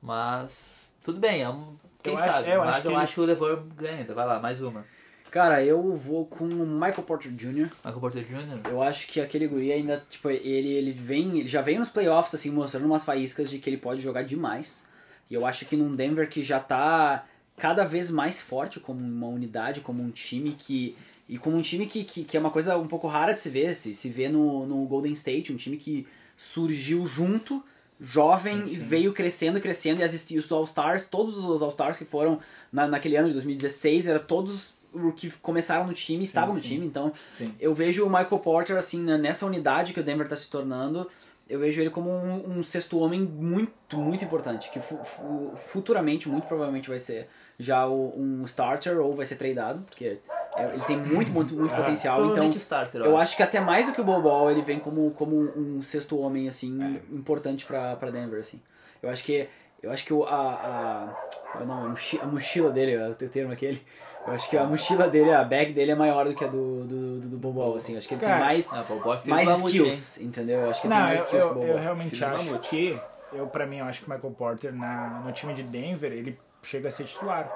[SPEAKER 4] mas tudo bem, é um, quem
[SPEAKER 2] Eu acho-
[SPEAKER 4] sabe.
[SPEAKER 2] eu
[SPEAKER 4] mas
[SPEAKER 2] acho que
[SPEAKER 4] eu
[SPEAKER 2] ele-
[SPEAKER 4] acho que o Levor ganha ainda. Vai lá, mais uma.
[SPEAKER 3] Cara, eu vou com o Michael Porter Jr.
[SPEAKER 4] Michael Porter Jr.
[SPEAKER 3] Eu acho que aquele guri ainda, tipo, ele, ele vem, ele já vem nos playoffs, assim, mostrando umas faíscas de que ele pode jogar demais. E eu acho que num Denver que já tá cada vez mais forte como uma unidade, como um time que. E como um time que, que, que é uma coisa um pouco rara de se ver, se, se vê no, no Golden State, um time que surgiu junto, jovem, e veio crescendo e crescendo, e, as, e os All-Stars, todos os All-Stars que foram na, naquele ano de 2016, era todos o que começaram no time, estavam no time, então
[SPEAKER 4] Sim.
[SPEAKER 3] eu vejo o Michael Porter, assim, né, nessa unidade que o Denver tá se tornando, eu vejo ele como um, um sexto homem muito, muito importante, que fu- fu- futuramente, muito provavelmente vai ser já o- um starter ou vai ser tradeado, porque É, Ele tem muito, muito, muito potencial. Então,
[SPEAKER 4] Provavelmente starter,
[SPEAKER 3] eu
[SPEAKER 4] ó.
[SPEAKER 3] acho que até mais do que o Bobol, ele vem como, como um sexto homem, assim, importante pra, pra Denver, assim. Eu acho que. Eu acho que o- a. a qual é o nome? a, mochi- a mochila dele, é o teu termo aquele. Eu acho que a mochila dele, a bag dele é maior do que a do, do, do, do Bobol, assim. Eu acho que ele
[SPEAKER 2] Cara,
[SPEAKER 3] tem mais,
[SPEAKER 4] Ah, Bobol é filho
[SPEAKER 3] mais
[SPEAKER 4] do Mamute,
[SPEAKER 3] skills, entendeu? Eu acho que ele tem
[SPEAKER 2] Não,
[SPEAKER 3] mais
[SPEAKER 2] eu,
[SPEAKER 3] skills que o
[SPEAKER 2] eu, eu
[SPEAKER 3] Bobol.
[SPEAKER 2] realmente
[SPEAKER 4] Filho do
[SPEAKER 2] acho
[SPEAKER 4] mamute.
[SPEAKER 2] que. Eu, pra mim, eu acho que o Michael Porter na, no time de Denver, ele chega a ser titular.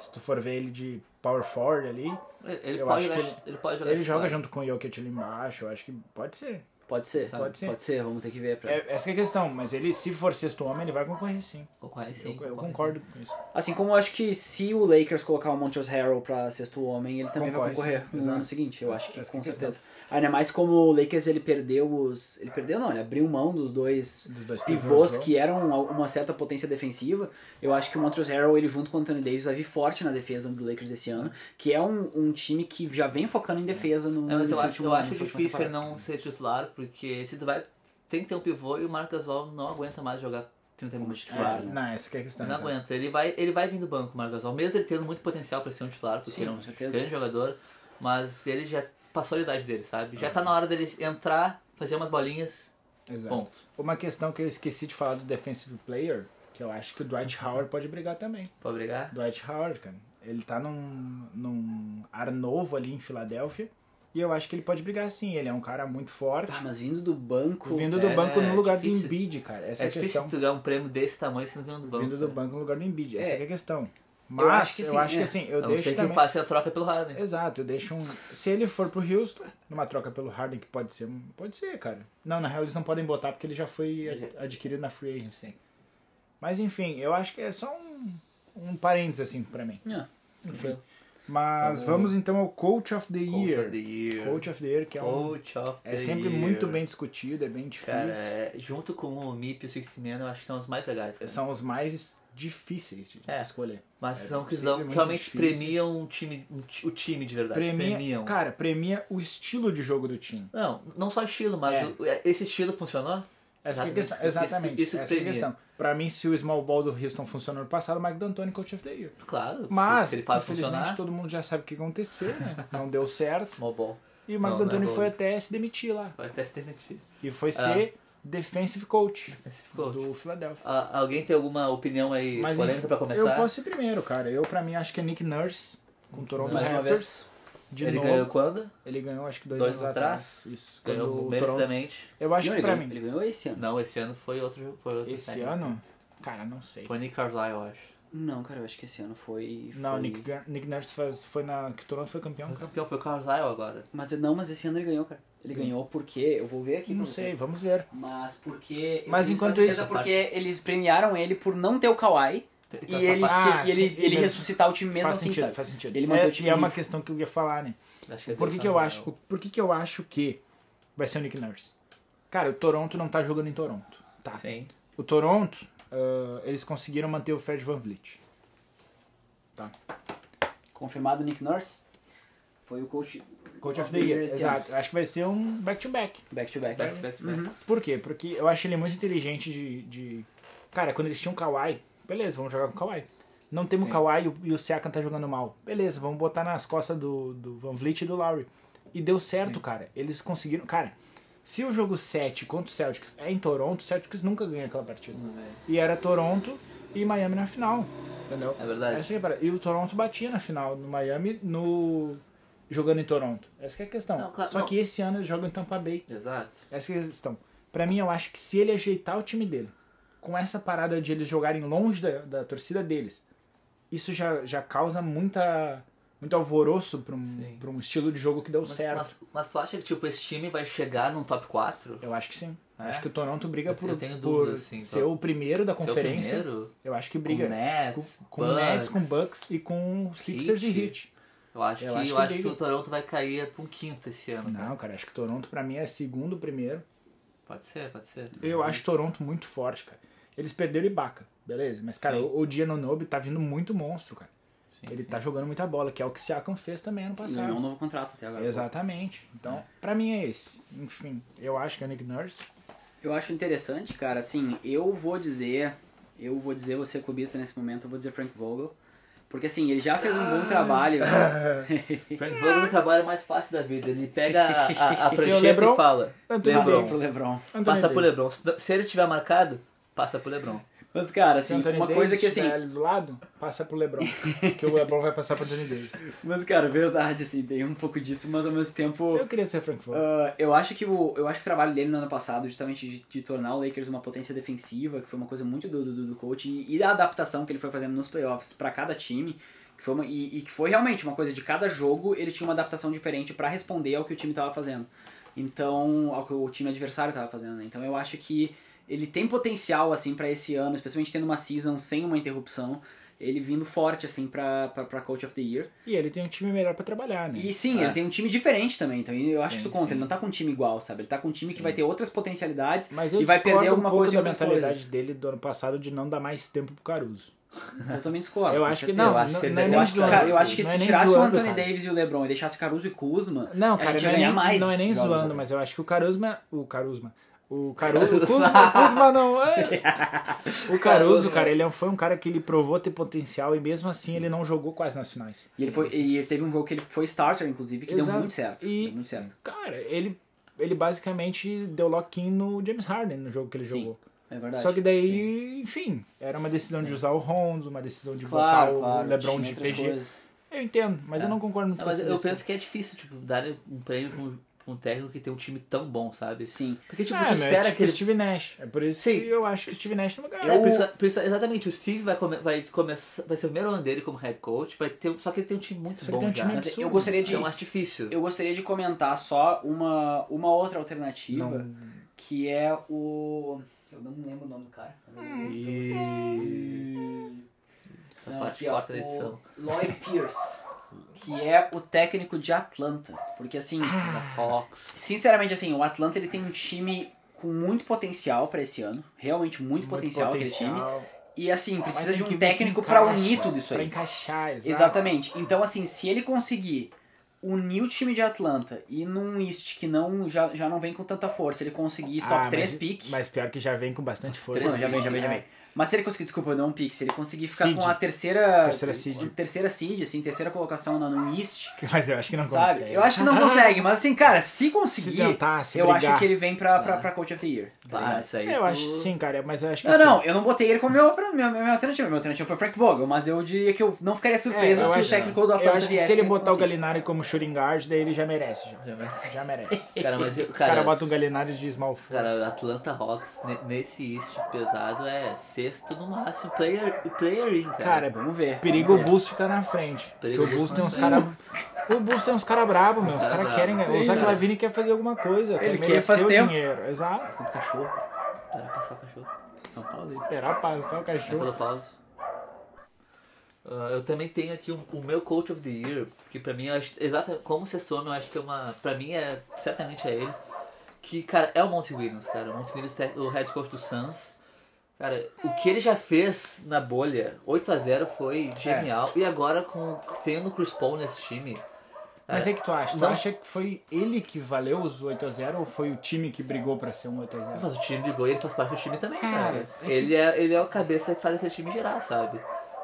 [SPEAKER 2] Se tu for ver ele de power forward ali,
[SPEAKER 4] Ele, ele
[SPEAKER 2] Eu
[SPEAKER 4] pode
[SPEAKER 2] acho
[SPEAKER 4] jogar,
[SPEAKER 2] que
[SPEAKER 4] ele pode jogar
[SPEAKER 2] ele joga
[SPEAKER 4] titular.
[SPEAKER 2] junto com o Jokic ali embaixo, eu acho que pode ser.
[SPEAKER 3] Pode ser,
[SPEAKER 4] Sabe?
[SPEAKER 3] pode ser. Pode ser, vamos ter que ver. Pra...
[SPEAKER 2] É, essa que é a questão, mas ele, se for sexto homem, ele vai concorrer sim.
[SPEAKER 4] Concorre, sim,
[SPEAKER 2] eu, eu
[SPEAKER 4] concorre.
[SPEAKER 2] concordo com isso.
[SPEAKER 3] Assim como eu acho que se o Lakers colocar o Montrezl Harrell pra sexto homem, ele também
[SPEAKER 2] Concorre,
[SPEAKER 3] vai concorrer
[SPEAKER 2] sim,
[SPEAKER 3] no
[SPEAKER 2] exato.
[SPEAKER 3] ano seguinte, eu
[SPEAKER 2] Essa-
[SPEAKER 3] acho que
[SPEAKER 2] essa
[SPEAKER 3] com
[SPEAKER 2] que é a
[SPEAKER 3] certeza. Ainda mais como o Lakers ele perdeu os... Ele perdeu não, ele abriu mão dos dois,
[SPEAKER 2] Dos dois
[SPEAKER 3] pivôs
[SPEAKER 2] pivôs,
[SPEAKER 3] que eram al- uma certa potência defensiva. Eu acho que o Montrezl Harrell, ele junto com o Anthony Davis vai vir forte na defesa do Lakers esse ano, que é um, um time que já vem focando em defesa no
[SPEAKER 4] É, mas eu
[SPEAKER 3] nesse
[SPEAKER 4] acho,
[SPEAKER 3] último
[SPEAKER 4] eu
[SPEAKER 3] ano,
[SPEAKER 4] acho
[SPEAKER 3] nessa última
[SPEAKER 4] difícil ele
[SPEAKER 3] temporada.
[SPEAKER 4] não ser titular, porque se tu vai. Tem que ter um pivô e o Marc Gasol não aguenta mais jogar 30 minutos de titular. né?
[SPEAKER 2] Não, essa que é a questão.
[SPEAKER 4] Não
[SPEAKER 2] exato.
[SPEAKER 4] aguenta, ele vai, ele vai vir do banco, o Marc Gasol, mesmo ele tendo muito potencial pra ser um titular, porque
[SPEAKER 3] Sim,
[SPEAKER 4] ele é um
[SPEAKER 3] com certeza.
[SPEAKER 4] grande jogador, mas ele já passou a idade dele, sabe?
[SPEAKER 2] Ah.
[SPEAKER 4] Já tá na hora dele entrar, fazer umas bolinhas,
[SPEAKER 2] Exato.
[SPEAKER 4] ponto.
[SPEAKER 2] Uma questão que eu esqueci de falar do defensive player, que eu acho que o Dwight
[SPEAKER 4] Uhum.
[SPEAKER 2] Howard pode brigar também.
[SPEAKER 4] Pra brigar.
[SPEAKER 2] Dwight Howard, cara, ele tá num, num ar novo ali em Filadélfia, e eu acho que ele pode brigar sim. Ele é um cara muito forte,
[SPEAKER 3] Ah, mas vindo do banco...
[SPEAKER 2] vindo do
[SPEAKER 4] Tá, é,
[SPEAKER 2] banco
[SPEAKER 4] é
[SPEAKER 2] no lugar do
[SPEAKER 4] difícil.
[SPEAKER 2] Embiid, cara. Essa
[SPEAKER 4] é
[SPEAKER 2] é a
[SPEAKER 4] difícil
[SPEAKER 2] questão.
[SPEAKER 4] tu ganhar um prêmio desse tamanho se não vindo do banco.
[SPEAKER 2] Vindo do
[SPEAKER 4] né?
[SPEAKER 2] banco no lugar do Embiid, essa
[SPEAKER 3] É.
[SPEAKER 2] é, a questão. Mas
[SPEAKER 3] Eu acho que sim, é.
[SPEAKER 2] eu
[SPEAKER 4] A não
[SPEAKER 2] deixo
[SPEAKER 4] ser que
[SPEAKER 2] também...
[SPEAKER 4] faça a troca pelo Harden.
[SPEAKER 2] Exato, eu deixo um. Se ele for pro Houston, numa troca pelo Harden, que pode ser. um- Pode ser, cara. Não, na real eles não podem botar porque ele já foi
[SPEAKER 4] Uhum.
[SPEAKER 2] ad- adquirido na free agency. Mas enfim, eu acho que é só um, um parênteses assim pra mim.
[SPEAKER 3] É,
[SPEAKER 2] Enfim. Mas vamos então ao Coach of the
[SPEAKER 4] Coach
[SPEAKER 2] Year.
[SPEAKER 4] of the Year.
[SPEAKER 2] Coach of the Year, que é um.
[SPEAKER 4] Coach of the
[SPEAKER 2] É sempre
[SPEAKER 4] Year.
[SPEAKER 2] muito bem discutido, é bem difícil.
[SPEAKER 4] Cara, é, junto com o MIP e o Six Man, eu acho que são os mais legais. cara.
[SPEAKER 2] São os mais difíceis de de
[SPEAKER 4] É.
[SPEAKER 2] escolher.
[SPEAKER 4] Mas
[SPEAKER 2] É,
[SPEAKER 4] são que
[SPEAKER 2] sempre
[SPEAKER 4] dão-
[SPEAKER 2] muito
[SPEAKER 4] realmente
[SPEAKER 2] difícil.
[SPEAKER 4] premiam um time, um ti- o time de verdade.
[SPEAKER 2] Premia,
[SPEAKER 4] Premiam.
[SPEAKER 2] Cara, premia o estilo de jogo do time.
[SPEAKER 4] Não, não só estilo, mas
[SPEAKER 2] É.
[SPEAKER 4] o- é, esse estilo funcionou?
[SPEAKER 2] Essa que é a
[SPEAKER 4] Exatamente.
[SPEAKER 2] questão. Exatamente.
[SPEAKER 4] Isso- isso
[SPEAKER 2] essa que é a
[SPEAKER 4] premia.
[SPEAKER 2] questão. Pra mim, se o small ball do Houston funcionou no passado, o Mike D'Antoni coach of the year.
[SPEAKER 4] Claro.
[SPEAKER 2] Mas,
[SPEAKER 4] se ele faz
[SPEAKER 2] infelizmente,
[SPEAKER 4] funcionar,
[SPEAKER 2] todo mundo já sabe o que aconteceu, né? Não deu certo.
[SPEAKER 4] small ball.
[SPEAKER 2] E o
[SPEAKER 4] Não,
[SPEAKER 2] Mike
[SPEAKER 4] não é
[SPEAKER 2] D'Antoni
[SPEAKER 4] bom.
[SPEAKER 2] foi até se demitir lá.
[SPEAKER 4] Vai até se permitir.
[SPEAKER 2] E foi ser defensive coach
[SPEAKER 4] Esse ficou.
[SPEAKER 2] do Philadelphia.
[SPEAKER 4] Ah, alguém tem alguma opinião aí
[SPEAKER 2] Mas
[SPEAKER 4] polêmica
[SPEAKER 2] enfim,
[SPEAKER 4] pra começar?
[SPEAKER 2] eu posso ir primeiro, cara. Eu, pra mim, acho que é Nick Nurse com o Toronto
[SPEAKER 3] mais uma
[SPEAKER 2] Raptors.
[SPEAKER 3] vez...
[SPEAKER 2] De
[SPEAKER 4] Ele
[SPEAKER 2] novo.
[SPEAKER 4] ganhou quando?
[SPEAKER 2] Ele ganhou, acho que dois,
[SPEAKER 4] Dois
[SPEAKER 2] anos
[SPEAKER 4] anos
[SPEAKER 2] atrás. Isso. Quando
[SPEAKER 4] Ganhou
[SPEAKER 2] o Toronto...
[SPEAKER 4] merecidamente.
[SPEAKER 2] Eu acho
[SPEAKER 3] Não,
[SPEAKER 2] que
[SPEAKER 3] ele,
[SPEAKER 2] pra
[SPEAKER 3] ganhou,
[SPEAKER 2] mim,
[SPEAKER 3] ele ganhou esse ano.
[SPEAKER 4] Não, esse ano foi outro foi outro
[SPEAKER 2] esse
[SPEAKER 4] técnico.
[SPEAKER 2] ano, cara, não sei.
[SPEAKER 4] Foi Nick Carlisle, eu acho.
[SPEAKER 3] Não, cara, eu acho que esse ano foi...
[SPEAKER 2] Não,
[SPEAKER 3] foi...
[SPEAKER 2] Nick, Gar- Nick Nurse faz- foi na que o Toronto foi campeão.
[SPEAKER 4] O
[SPEAKER 2] cara.
[SPEAKER 4] campeão foi o Carlisle agora.
[SPEAKER 3] Mas não, mas esse ano ele ganhou, cara. Ele ganhou porque. Eu vou ver aqui.
[SPEAKER 2] Não
[SPEAKER 3] pra
[SPEAKER 2] sei,
[SPEAKER 3] vocês.
[SPEAKER 2] vamos ver.
[SPEAKER 3] Mas porque. eu
[SPEAKER 2] Mas
[SPEAKER 3] tenho
[SPEAKER 2] enquanto
[SPEAKER 3] certeza
[SPEAKER 4] isso-
[SPEAKER 3] Porque eles premiaram ele por não ter o Kawhi
[SPEAKER 4] Tem-
[SPEAKER 3] e
[SPEAKER 4] tem
[SPEAKER 3] ele,
[SPEAKER 4] essa
[SPEAKER 2] parte.
[SPEAKER 3] se- e ele,
[SPEAKER 2] Ah, sim,
[SPEAKER 3] ele
[SPEAKER 2] mas
[SPEAKER 3] ressuscitar o time mesmo
[SPEAKER 2] faz
[SPEAKER 3] assim,
[SPEAKER 2] sentido,
[SPEAKER 3] sabe?
[SPEAKER 2] faz sentido.
[SPEAKER 3] Ele mantém
[SPEAKER 2] é,
[SPEAKER 3] o time
[SPEAKER 2] e é
[SPEAKER 3] vivo. É né?
[SPEAKER 2] uma questão que eu ia falar, né?
[SPEAKER 4] Acho que ele
[SPEAKER 2] Por que,
[SPEAKER 4] tá
[SPEAKER 2] que eu
[SPEAKER 4] no-
[SPEAKER 2] acho, por que, que eu acho que vai ser o Nick Nurse? Cara, o Toronto não tá jogando em Toronto. Tá.
[SPEAKER 4] Sim.
[SPEAKER 2] O Toronto, ah, eles conseguiram manter o Fred Van Vliet.
[SPEAKER 3] Confirmado o Nick Nurse. Foi o coach.
[SPEAKER 2] Coach of the Year,
[SPEAKER 3] esse
[SPEAKER 2] exato. Eu Acho que vai ser um back-to-back.
[SPEAKER 3] ano. Back to back.
[SPEAKER 4] Back, back, back.
[SPEAKER 2] Por quê? Porque eu acho ele muito inteligente de... de- Cara, quando eles tinham um Kawhi, beleza, vamos jogar com Kawhi. Não temos
[SPEAKER 4] Sim.
[SPEAKER 2] Kawhi e o- e o Siakam tá jogando mal. Beleza, vamos botar nas costas do, do Van Vliet e do Lowry. E deu certo, cara. Eles conseguiram... Cara, se o jogo 7 contra o Celtics é em Toronto, o Celtics nunca ganha aquela partida.
[SPEAKER 4] é.
[SPEAKER 2] E era Toronto e Miami na final. Entendeu?
[SPEAKER 4] É verdade.
[SPEAKER 2] Essa que é a parada. e o Toronto batia na final no Miami no jogando em Toronto. Essa que é a questão.
[SPEAKER 4] Não, claro,
[SPEAKER 2] Só
[SPEAKER 4] não.
[SPEAKER 2] que esse ano ele joga em Tampa Bay.
[SPEAKER 4] Exato.
[SPEAKER 2] Essa que é a questão. Pra mim, eu acho que se ele ajeitar o time dele, com essa parada de eles jogarem longe da, da torcida deles, isso já, já causa muita, muito alvoroço pra um,
[SPEAKER 4] Sim.
[SPEAKER 2] pra um estilo de jogo que deu
[SPEAKER 4] Mas,
[SPEAKER 2] certo.
[SPEAKER 4] mas, mas tu acha que tipo, esse time vai chegar num top 4?
[SPEAKER 2] Eu acho que sim. Eu
[SPEAKER 4] É?
[SPEAKER 2] Acho que o Toronto briga
[SPEAKER 4] Eu-
[SPEAKER 2] por,
[SPEAKER 4] eu tenho
[SPEAKER 2] por
[SPEAKER 4] dúvidas, sim,
[SPEAKER 2] ser
[SPEAKER 4] então.
[SPEAKER 2] o primeiro da conferência.
[SPEAKER 4] Ser o primeiro?
[SPEAKER 2] Eu acho que briga
[SPEAKER 4] Com Nets,
[SPEAKER 2] com, com Nets, com
[SPEAKER 4] Bucks.
[SPEAKER 2] Bucks e com Sixers e
[SPEAKER 4] Heat.
[SPEAKER 2] Heat.
[SPEAKER 4] Eu acho
[SPEAKER 2] Eu
[SPEAKER 4] que,
[SPEAKER 2] acho
[SPEAKER 4] eu
[SPEAKER 2] que
[SPEAKER 4] acho que
[SPEAKER 2] briga.
[SPEAKER 4] o Toronto vai cair pra um quinto esse ano. cara.
[SPEAKER 2] Não, cara, acho que Toronto pra mim é segundo, primeiro.
[SPEAKER 4] Pode ser, pode ser.
[SPEAKER 3] Uhum.
[SPEAKER 2] Eu acho Toronto muito forte, cara. Eles perderam o Ibaka, beleza? Mas, cara,
[SPEAKER 4] Sim.
[SPEAKER 2] o Nobi tá vindo muito monstro, cara.
[SPEAKER 4] Sim,
[SPEAKER 2] Ele
[SPEAKER 4] sim.
[SPEAKER 2] tá jogando muita bola, que é o que Siakam fez também ano
[SPEAKER 3] Ele Ganhou um
[SPEAKER 2] passado.
[SPEAKER 3] novo contrato até agora.
[SPEAKER 2] Exatamente. Então, pra mim é esse. Enfim, eu acho que é Nick Nurse.
[SPEAKER 3] Eu acho interessante, é cara, assim, eu vou dizer, eu vou dizer, você clubista nesse momento, eu vou dizer Frank Vogel, Porque assim, ele já fez um bom trabalho.
[SPEAKER 4] Frank Vogel no trabalho mais fácil da vida. Ele pega a, a, a prancheta
[SPEAKER 2] Lebron?
[SPEAKER 4] e fala.
[SPEAKER 2] Anthony
[SPEAKER 3] Passa
[SPEAKER 2] Davis.
[SPEAKER 3] pro Lebron.
[SPEAKER 2] Anthony
[SPEAKER 4] Passa pro
[SPEAKER 2] Davis.
[SPEAKER 4] Lebron. Se se ele tiver marcado, passa pro Lebron.
[SPEAKER 3] Mas, cara,
[SPEAKER 2] Se
[SPEAKER 3] assim,
[SPEAKER 2] Anthony
[SPEAKER 3] uma
[SPEAKER 2] Davis
[SPEAKER 3] coisa que assim.
[SPEAKER 2] estiver ali do lado, passa pro LeBron. que o LeBron vai passar pro Anthony Davis.
[SPEAKER 3] Mas, cara, verdade, assim, tem um pouco disso, mas ao mesmo tempo.
[SPEAKER 2] Eu queria ser Frank Vogel.
[SPEAKER 3] ah, eu acho que o eu acho que o trabalho dele no ano passado justamente de, de tornar o Lakers uma potência defensiva que foi uma coisa muito do do, do coach e, e da adaptação que ele foi fazendo nos playoffs pra cada time que foi uma- e, e que foi realmente uma coisa de cada jogo ele tinha uma adaptação diferente pra responder ao que o time tava fazendo então ao que o time adversário tava fazendo né? então eu acho que ele tem potencial assim pra esse ano especialmente tendo uma season sem uma interrupção ele vindo forte assim pra pra- pra coach of the year
[SPEAKER 2] E ele tem um time melhor pra trabalhar, né?
[SPEAKER 3] e sim,
[SPEAKER 4] É.
[SPEAKER 3] ele tem um time diferente também, então eu acho
[SPEAKER 4] Sim,
[SPEAKER 3] que isso conta.
[SPEAKER 4] sim.
[SPEAKER 3] Ele não tá com um time igual, sabe? Ele tá com um time que vai ter outras potencialidades
[SPEAKER 2] Mas eu
[SPEAKER 3] e vai
[SPEAKER 2] discordo
[SPEAKER 3] perder alguma
[SPEAKER 2] um pouco
[SPEAKER 3] coisa em
[SPEAKER 2] da
[SPEAKER 3] outras
[SPEAKER 2] mentalidade
[SPEAKER 3] coisas.
[SPEAKER 2] dele do ano passado de não dar mais tempo pro Caruso.
[SPEAKER 3] Eu também discordo.
[SPEAKER 2] eu
[SPEAKER 3] Ah, com
[SPEAKER 2] acho que
[SPEAKER 3] certeza.
[SPEAKER 2] não.
[SPEAKER 4] Eu acho que
[SPEAKER 2] não-
[SPEAKER 4] ele
[SPEAKER 2] não é
[SPEAKER 4] deve-
[SPEAKER 2] nem
[SPEAKER 3] Eu acho que,
[SPEAKER 2] zoando,
[SPEAKER 3] cara, eu acho que
[SPEAKER 2] não
[SPEAKER 3] se
[SPEAKER 2] é nem
[SPEAKER 3] tirasse o
[SPEAKER 2] zoando,
[SPEAKER 3] Anthony
[SPEAKER 2] cara.
[SPEAKER 3] Davis e o LeBron e deixasse Caruso e Kuzma,
[SPEAKER 2] Não,
[SPEAKER 3] a
[SPEAKER 2] cara,
[SPEAKER 3] gente
[SPEAKER 2] não
[SPEAKER 3] ia
[SPEAKER 2] é
[SPEAKER 3] ganhar
[SPEAKER 2] nem,
[SPEAKER 3] mais.
[SPEAKER 2] não é nem
[SPEAKER 3] jogos,
[SPEAKER 2] zoando,
[SPEAKER 3] né?
[SPEAKER 2] mas eu acho que o Carusma. O Carusma. O Caruso. O Kuzma, o Kuzma não. é. O Caruso, cara, ele é um- foi um cara que ele provou ter potencial e mesmo assim ele não jogou quase nas finais.
[SPEAKER 3] E ele, foi, e ele teve um jogo que ele foi starter, inclusive, que deu
[SPEAKER 2] Exato.
[SPEAKER 3] muito certo.
[SPEAKER 2] E-
[SPEAKER 3] Deu muito certo.
[SPEAKER 2] Cara, ele, ele basicamente deu lock-in no James Harden no jogo que ele
[SPEAKER 3] Sim,
[SPEAKER 2] jogou.
[SPEAKER 3] É verdade. É.
[SPEAKER 2] Só que daí, enfim, era uma decisão de usar o Rondo, uma decisão de
[SPEAKER 3] claro,
[SPEAKER 2] botar
[SPEAKER 3] claro,
[SPEAKER 2] o LeBron
[SPEAKER 3] tinha
[SPEAKER 2] de
[SPEAKER 3] outras
[SPEAKER 2] PG.
[SPEAKER 3] coisas. É.
[SPEAKER 2] Eu entendo, mas eu não concordo muito
[SPEAKER 4] Não,
[SPEAKER 2] com
[SPEAKER 4] mas
[SPEAKER 2] essa
[SPEAKER 4] eu
[SPEAKER 2] decisão.
[SPEAKER 4] penso que é difícil, tipo, dar um prêmio pra um, pra um técnico que tem um time tão bom, sabe?
[SPEAKER 3] Sim.
[SPEAKER 4] Porque, tipo,
[SPEAKER 2] É,
[SPEAKER 4] tu
[SPEAKER 2] mas
[SPEAKER 4] espera
[SPEAKER 2] tipo
[SPEAKER 4] que ele...
[SPEAKER 2] Steve Nash. É por isso
[SPEAKER 4] Sim.
[SPEAKER 2] que eu acho que o Steve Nash um não
[SPEAKER 4] É,
[SPEAKER 2] ganhou.
[SPEAKER 4] por isso- por isso- exatamente, o Steve vai, come- vai, começar, vai ser o primeiro ano dele como head coach, vai ter, só que ele tem um time muito
[SPEAKER 2] Só que
[SPEAKER 4] bom
[SPEAKER 2] tem um
[SPEAKER 4] já.
[SPEAKER 2] time
[SPEAKER 4] Mas
[SPEAKER 3] Mas eu
[SPEAKER 2] absurdo.
[SPEAKER 3] gostaria de,
[SPEAKER 4] Então acho difícil.
[SPEAKER 3] Eu gostaria de comentar só uma, uma outra alternativa,
[SPEAKER 2] Não.
[SPEAKER 3] que é o. Eu não lembro o nome do cara. mas eu-
[SPEAKER 2] Hum.
[SPEAKER 3] eu gostaria.
[SPEAKER 4] Essa
[SPEAKER 3] Não,
[SPEAKER 4] parte
[SPEAKER 3] aqui, ó,
[SPEAKER 4] corta da
[SPEAKER 3] o
[SPEAKER 4] edição.
[SPEAKER 3] Lloyd Pierce, que é o técnico de Atlanta. Porque assim,
[SPEAKER 4] Hawks.
[SPEAKER 3] sinceramente, assim, o Atlanta ele tem um time com muito potencial pra esse ano. Realmente muito,
[SPEAKER 2] Muito
[SPEAKER 3] potencial, aquele time.
[SPEAKER 2] potencial.
[SPEAKER 3] E assim, precisa
[SPEAKER 2] Mas
[SPEAKER 3] de
[SPEAKER 2] tem que
[SPEAKER 3] um
[SPEAKER 2] ver se
[SPEAKER 3] técnico pra
[SPEAKER 2] encaixa,
[SPEAKER 3] unir tudo isso aí.
[SPEAKER 2] Pra encaixar, exato.
[SPEAKER 3] Exatamente. Então, assim, se ele conseguir unir o time de Atlanta e num East que não, já, já não vem com tanta força, ele conseguir top
[SPEAKER 2] Ah,
[SPEAKER 3] 3
[SPEAKER 2] mas,
[SPEAKER 3] pick.
[SPEAKER 2] Mas pior que já vem com bastante força. né?
[SPEAKER 3] Três, já vem, já vem, já vem. Mas se ele conseguir, desculpa, não um pick, se ele conseguir ficar
[SPEAKER 2] Seed.
[SPEAKER 3] com a terceira.
[SPEAKER 2] Terceira seed.
[SPEAKER 3] Terceira seed, assim, terceira colocação na- no East.
[SPEAKER 2] Mas eu acho que não
[SPEAKER 3] Sabe?
[SPEAKER 2] consegue.
[SPEAKER 3] Eu acho que não consegue, mas assim, cara, se conseguir,
[SPEAKER 2] tentar, se
[SPEAKER 3] eu
[SPEAKER 2] brigar. É.
[SPEAKER 3] acho que ele vem pra, pra, pra Coach of the Year. tá
[SPEAKER 4] Ah,
[SPEAKER 3] ligado?
[SPEAKER 4] isso aí.
[SPEAKER 2] Eu
[SPEAKER 4] tu-
[SPEAKER 2] acho sim, cara, mas eu acho que
[SPEAKER 3] Não,
[SPEAKER 2] assim,
[SPEAKER 3] não, eu não botei ele como meu, pra- meu, meu, meu alternativo. Meu alternativo foi Frank Vogel, mas eu diria que eu não ficaria surpreso
[SPEAKER 2] É, eu
[SPEAKER 3] se o
[SPEAKER 2] acho-
[SPEAKER 3] técnico do
[SPEAKER 2] Eu
[SPEAKER 3] Atlanta
[SPEAKER 2] acho que
[SPEAKER 3] viesse
[SPEAKER 2] se ele botar o
[SPEAKER 3] assim.
[SPEAKER 2] Galinari como shooting guard, daí ele já merece. Já,
[SPEAKER 4] Já vai-
[SPEAKER 2] já merece.
[SPEAKER 4] Cara, mas eu-
[SPEAKER 2] Os
[SPEAKER 4] cara,
[SPEAKER 2] caras botam o Galinari de small forward.
[SPEAKER 4] cara, Atlanta Hawks ne- nesse East pesado é sexto no máximo. Player, player in, cara.
[SPEAKER 2] Cara,
[SPEAKER 3] Vamos ver.
[SPEAKER 2] perigo o Bulls ficar na frente. Porque
[SPEAKER 4] Perigo
[SPEAKER 2] o
[SPEAKER 4] o
[SPEAKER 2] Bulls
[SPEAKER 4] Bulls
[SPEAKER 2] tem uns caras. O Bulls tem uns caras brabo, meu. Os
[SPEAKER 4] cara
[SPEAKER 2] caras
[SPEAKER 4] brabo.
[SPEAKER 2] querem. ganhar. O
[SPEAKER 4] Sim,
[SPEAKER 2] Zach
[SPEAKER 4] cara.
[SPEAKER 2] Lavine quer fazer alguma coisa.
[SPEAKER 3] Ele quer
[SPEAKER 2] merecer
[SPEAKER 3] faz
[SPEAKER 2] o
[SPEAKER 3] tempo.
[SPEAKER 2] dinheiro. Exato.
[SPEAKER 3] Cachorro.
[SPEAKER 4] Para passar o cachorro. Não, pausa aí.
[SPEAKER 2] Esperar passar o
[SPEAKER 4] Quando
[SPEAKER 2] cachorro.
[SPEAKER 4] eu pauso. Ah, eu também tenho aqui um- o meu Coach of the Year, que pra mim, eu acho, exata, como você some, eu acho que é uma. Pra mim, é, certamente é ele. Que, cara, é o Monty Williams, cara. O Monty Williams, te- o head coach do Suns. Cara, o que ele já fez na bolha, 8x0, foi
[SPEAKER 2] É.
[SPEAKER 4] genial. E agora, com, tendo o Chris Paul nesse time.
[SPEAKER 2] Mas é que tu acha? Tu
[SPEAKER 4] Não.
[SPEAKER 2] acha que foi ele que valeu os 8x0 ou foi o time que brigou pra ser um 8x0?
[SPEAKER 4] Mas o time brigou e ele faz parte do time também,
[SPEAKER 2] Cara,
[SPEAKER 4] cara. Ele, é, ele é o cabeça que faz aquele time girar, sabe?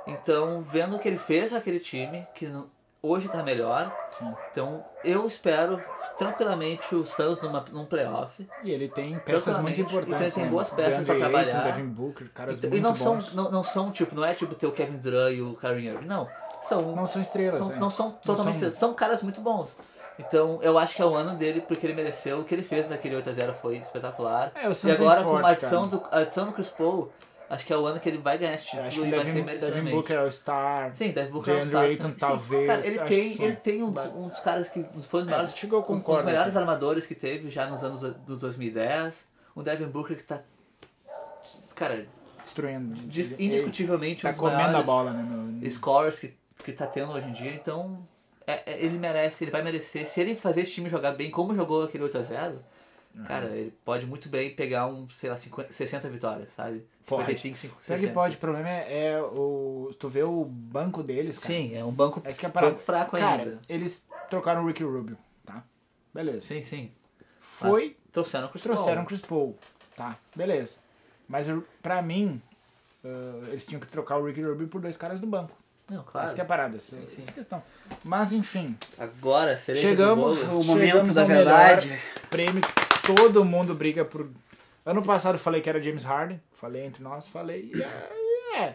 [SPEAKER 4] Então, vendo o que ele fez com aquele time, que não- hoje tá melhor,
[SPEAKER 2] Sim.
[SPEAKER 4] então eu espero tranquilamente o Suns numa, num playoff.
[SPEAKER 2] E ele tem peças muito
[SPEAKER 4] Tranquilamente.
[SPEAKER 2] importantes.
[SPEAKER 4] Então ele tem
[SPEAKER 2] né?
[SPEAKER 4] boas peças pra
[SPEAKER 2] DeAndre Ayton,
[SPEAKER 4] trabalhar.
[SPEAKER 2] Devin Booker, caras
[SPEAKER 4] Então,
[SPEAKER 2] muito
[SPEAKER 4] e não são,
[SPEAKER 2] bons.
[SPEAKER 4] não, não são, tipo, não é tipo ter o Kevin Durant e o Kyrie Irving, não. São,
[SPEAKER 2] Não são estrelas,
[SPEAKER 4] são-
[SPEAKER 2] é.
[SPEAKER 4] não são
[SPEAKER 2] Não
[SPEAKER 4] totalmente
[SPEAKER 2] são-
[SPEAKER 4] estrelas, são caras muito bons. Então, eu acho que é o ano dele, porque ele mereceu. O que ele fez naquele 8x0 foi espetacular.
[SPEAKER 2] É, o
[SPEAKER 4] e
[SPEAKER 2] Suns
[SPEAKER 4] agora,
[SPEAKER 2] vem
[SPEAKER 4] com a
[SPEAKER 2] forte,
[SPEAKER 4] adição, do, a adição do Chris Paul, acho que é o ano que ele vai ganhar esse
[SPEAKER 2] Eu Acho
[SPEAKER 4] título
[SPEAKER 2] que
[SPEAKER 4] e vai ser
[SPEAKER 2] Devin, Devin
[SPEAKER 4] merecidamente.
[SPEAKER 2] Booker é o star.
[SPEAKER 4] Sim, Devin Booker é um
[SPEAKER 2] DeAndre
[SPEAKER 4] star
[SPEAKER 2] Ayton,
[SPEAKER 4] também. Sim,
[SPEAKER 2] talvez,
[SPEAKER 4] Cara, ele
[SPEAKER 2] acho que
[SPEAKER 4] tem,
[SPEAKER 2] sim.
[SPEAKER 4] ele tem um, dos, um dos caras que foi um dos maiores,
[SPEAKER 2] acho que eu
[SPEAKER 4] um dos
[SPEAKER 2] concordo,
[SPEAKER 4] melhores
[SPEAKER 2] cara.
[SPEAKER 4] armadores que teve já nos anos dos 2010. Um Devin Booker que tá... Cara,
[SPEAKER 2] Destruindo.
[SPEAKER 4] diz-
[SPEAKER 2] Ele-
[SPEAKER 4] indiscutivelmente
[SPEAKER 2] Tá
[SPEAKER 4] um dos
[SPEAKER 2] comendo a
[SPEAKER 4] maiores
[SPEAKER 2] bola, né, meu?
[SPEAKER 4] scores que, que tá tendo hoje em dia, então é- é- ele merece, ele vai merecer. Se ele fazer esse time jogar bem como jogou aquele 8x0,
[SPEAKER 2] Uhum.
[SPEAKER 4] cara, ele pode muito bem pegar um, sei lá, 50, 60 vitórias, sabe?
[SPEAKER 2] Pode.
[SPEAKER 4] 55, 50,
[SPEAKER 2] Será que pode? O problema é, é o. Tu vê o banco deles, cara.
[SPEAKER 4] Sim, é um banco,
[SPEAKER 2] Essa que é a parada.
[SPEAKER 4] banco fraco
[SPEAKER 2] cara,
[SPEAKER 4] ainda.
[SPEAKER 2] eles trocaram o Ricky Rubio, tá? Beleza.
[SPEAKER 4] Sim, sim. Mas
[SPEAKER 2] Foi,
[SPEAKER 4] Trouxeram o Chris Paul.
[SPEAKER 2] trouxeram o Chris Paul, tá? Beleza. Mas eu- pra mim, ah, eles tinham que trocar o Ricky Rubio por dois caras do banco.
[SPEAKER 4] Não, claro.
[SPEAKER 2] Essa que é a parada, essa, essa questão. Mas enfim,
[SPEAKER 4] Agora, cereja
[SPEAKER 2] chegamos,
[SPEAKER 4] do bolo.
[SPEAKER 3] O momento
[SPEAKER 2] chegamos
[SPEAKER 3] da
[SPEAKER 2] ao melhor
[SPEAKER 3] verdade.
[SPEAKER 2] Prêmio que todo mundo briga por. Ano passado eu falei que era James Harden, falei entre nós, falei. e É. é. Ah,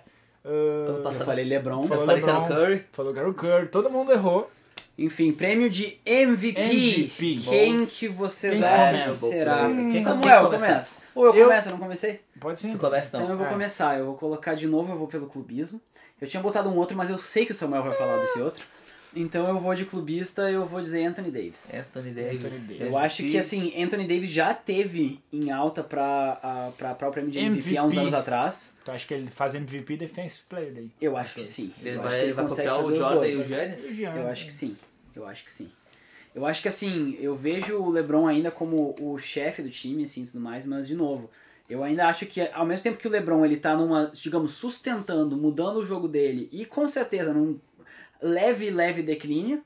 [SPEAKER 4] Ano
[SPEAKER 3] Eu
[SPEAKER 4] passado-
[SPEAKER 3] falei LeBron.
[SPEAKER 4] Eu falei que era o
[SPEAKER 2] LeBron.
[SPEAKER 4] Curry.
[SPEAKER 2] Falou que era o Curry, todo mundo errou.
[SPEAKER 3] Enfim, prêmio de MVP.
[SPEAKER 2] MVP.
[SPEAKER 3] Quem que vocês
[SPEAKER 2] Quem
[SPEAKER 3] acham que
[SPEAKER 2] começa?
[SPEAKER 3] será?
[SPEAKER 4] Hum, quem
[SPEAKER 3] Samuel,
[SPEAKER 4] começa?
[SPEAKER 3] começa. Ou eu,
[SPEAKER 2] Eu-
[SPEAKER 3] começo, eu não comecei?
[SPEAKER 2] Pode sim.
[SPEAKER 4] Tu começa
[SPEAKER 3] Então eu
[SPEAKER 4] então.
[SPEAKER 3] vou
[SPEAKER 2] É.
[SPEAKER 3] começar, eu vou colocar de novo, eu vou pelo clubismo. Eu tinha botado um outro, mas eu sei que o Samuel vai falar desse outro. Então eu vou de clubista, eu vou dizer Anthony Davis.
[SPEAKER 2] É,
[SPEAKER 4] Anthony Davis.
[SPEAKER 2] Anthony Davis.
[SPEAKER 3] Eu acho que
[SPEAKER 4] Esse-
[SPEAKER 3] assim, Anthony Davis já teve em alta pra, a, pra, pra o prêmio de MVP, há uns
[SPEAKER 2] MVP.
[SPEAKER 3] anos atrás.
[SPEAKER 2] Tu acha Então, que ele faz MVP Defensive Player daí?
[SPEAKER 3] Eu acho que sim.
[SPEAKER 4] Ele
[SPEAKER 3] eu
[SPEAKER 4] vai,
[SPEAKER 3] acho que
[SPEAKER 4] ele vai
[SPEAKER 3] consegue
[SPEAKER 4] copiar o
[SPEAKER 3] fazer os
[SPEAKER 4] Jordan e o
[SPEAKER 3] dois.
[SPEAKER 4] Giannis?
[SPEAKER 2] Giannis,
[SPEAKER 3] Eu acho que sim. Eu acho que sim. Eu acho que assim, eu vejo o LeBron ainda como o chefe do time, assim, tudo mais, mas de novo, eu ainda acho que ao mesmo tempo que o LeBron ele tá numa, digamos, sustentando, mudando o jogo dele e com certeza num leve leve declínio,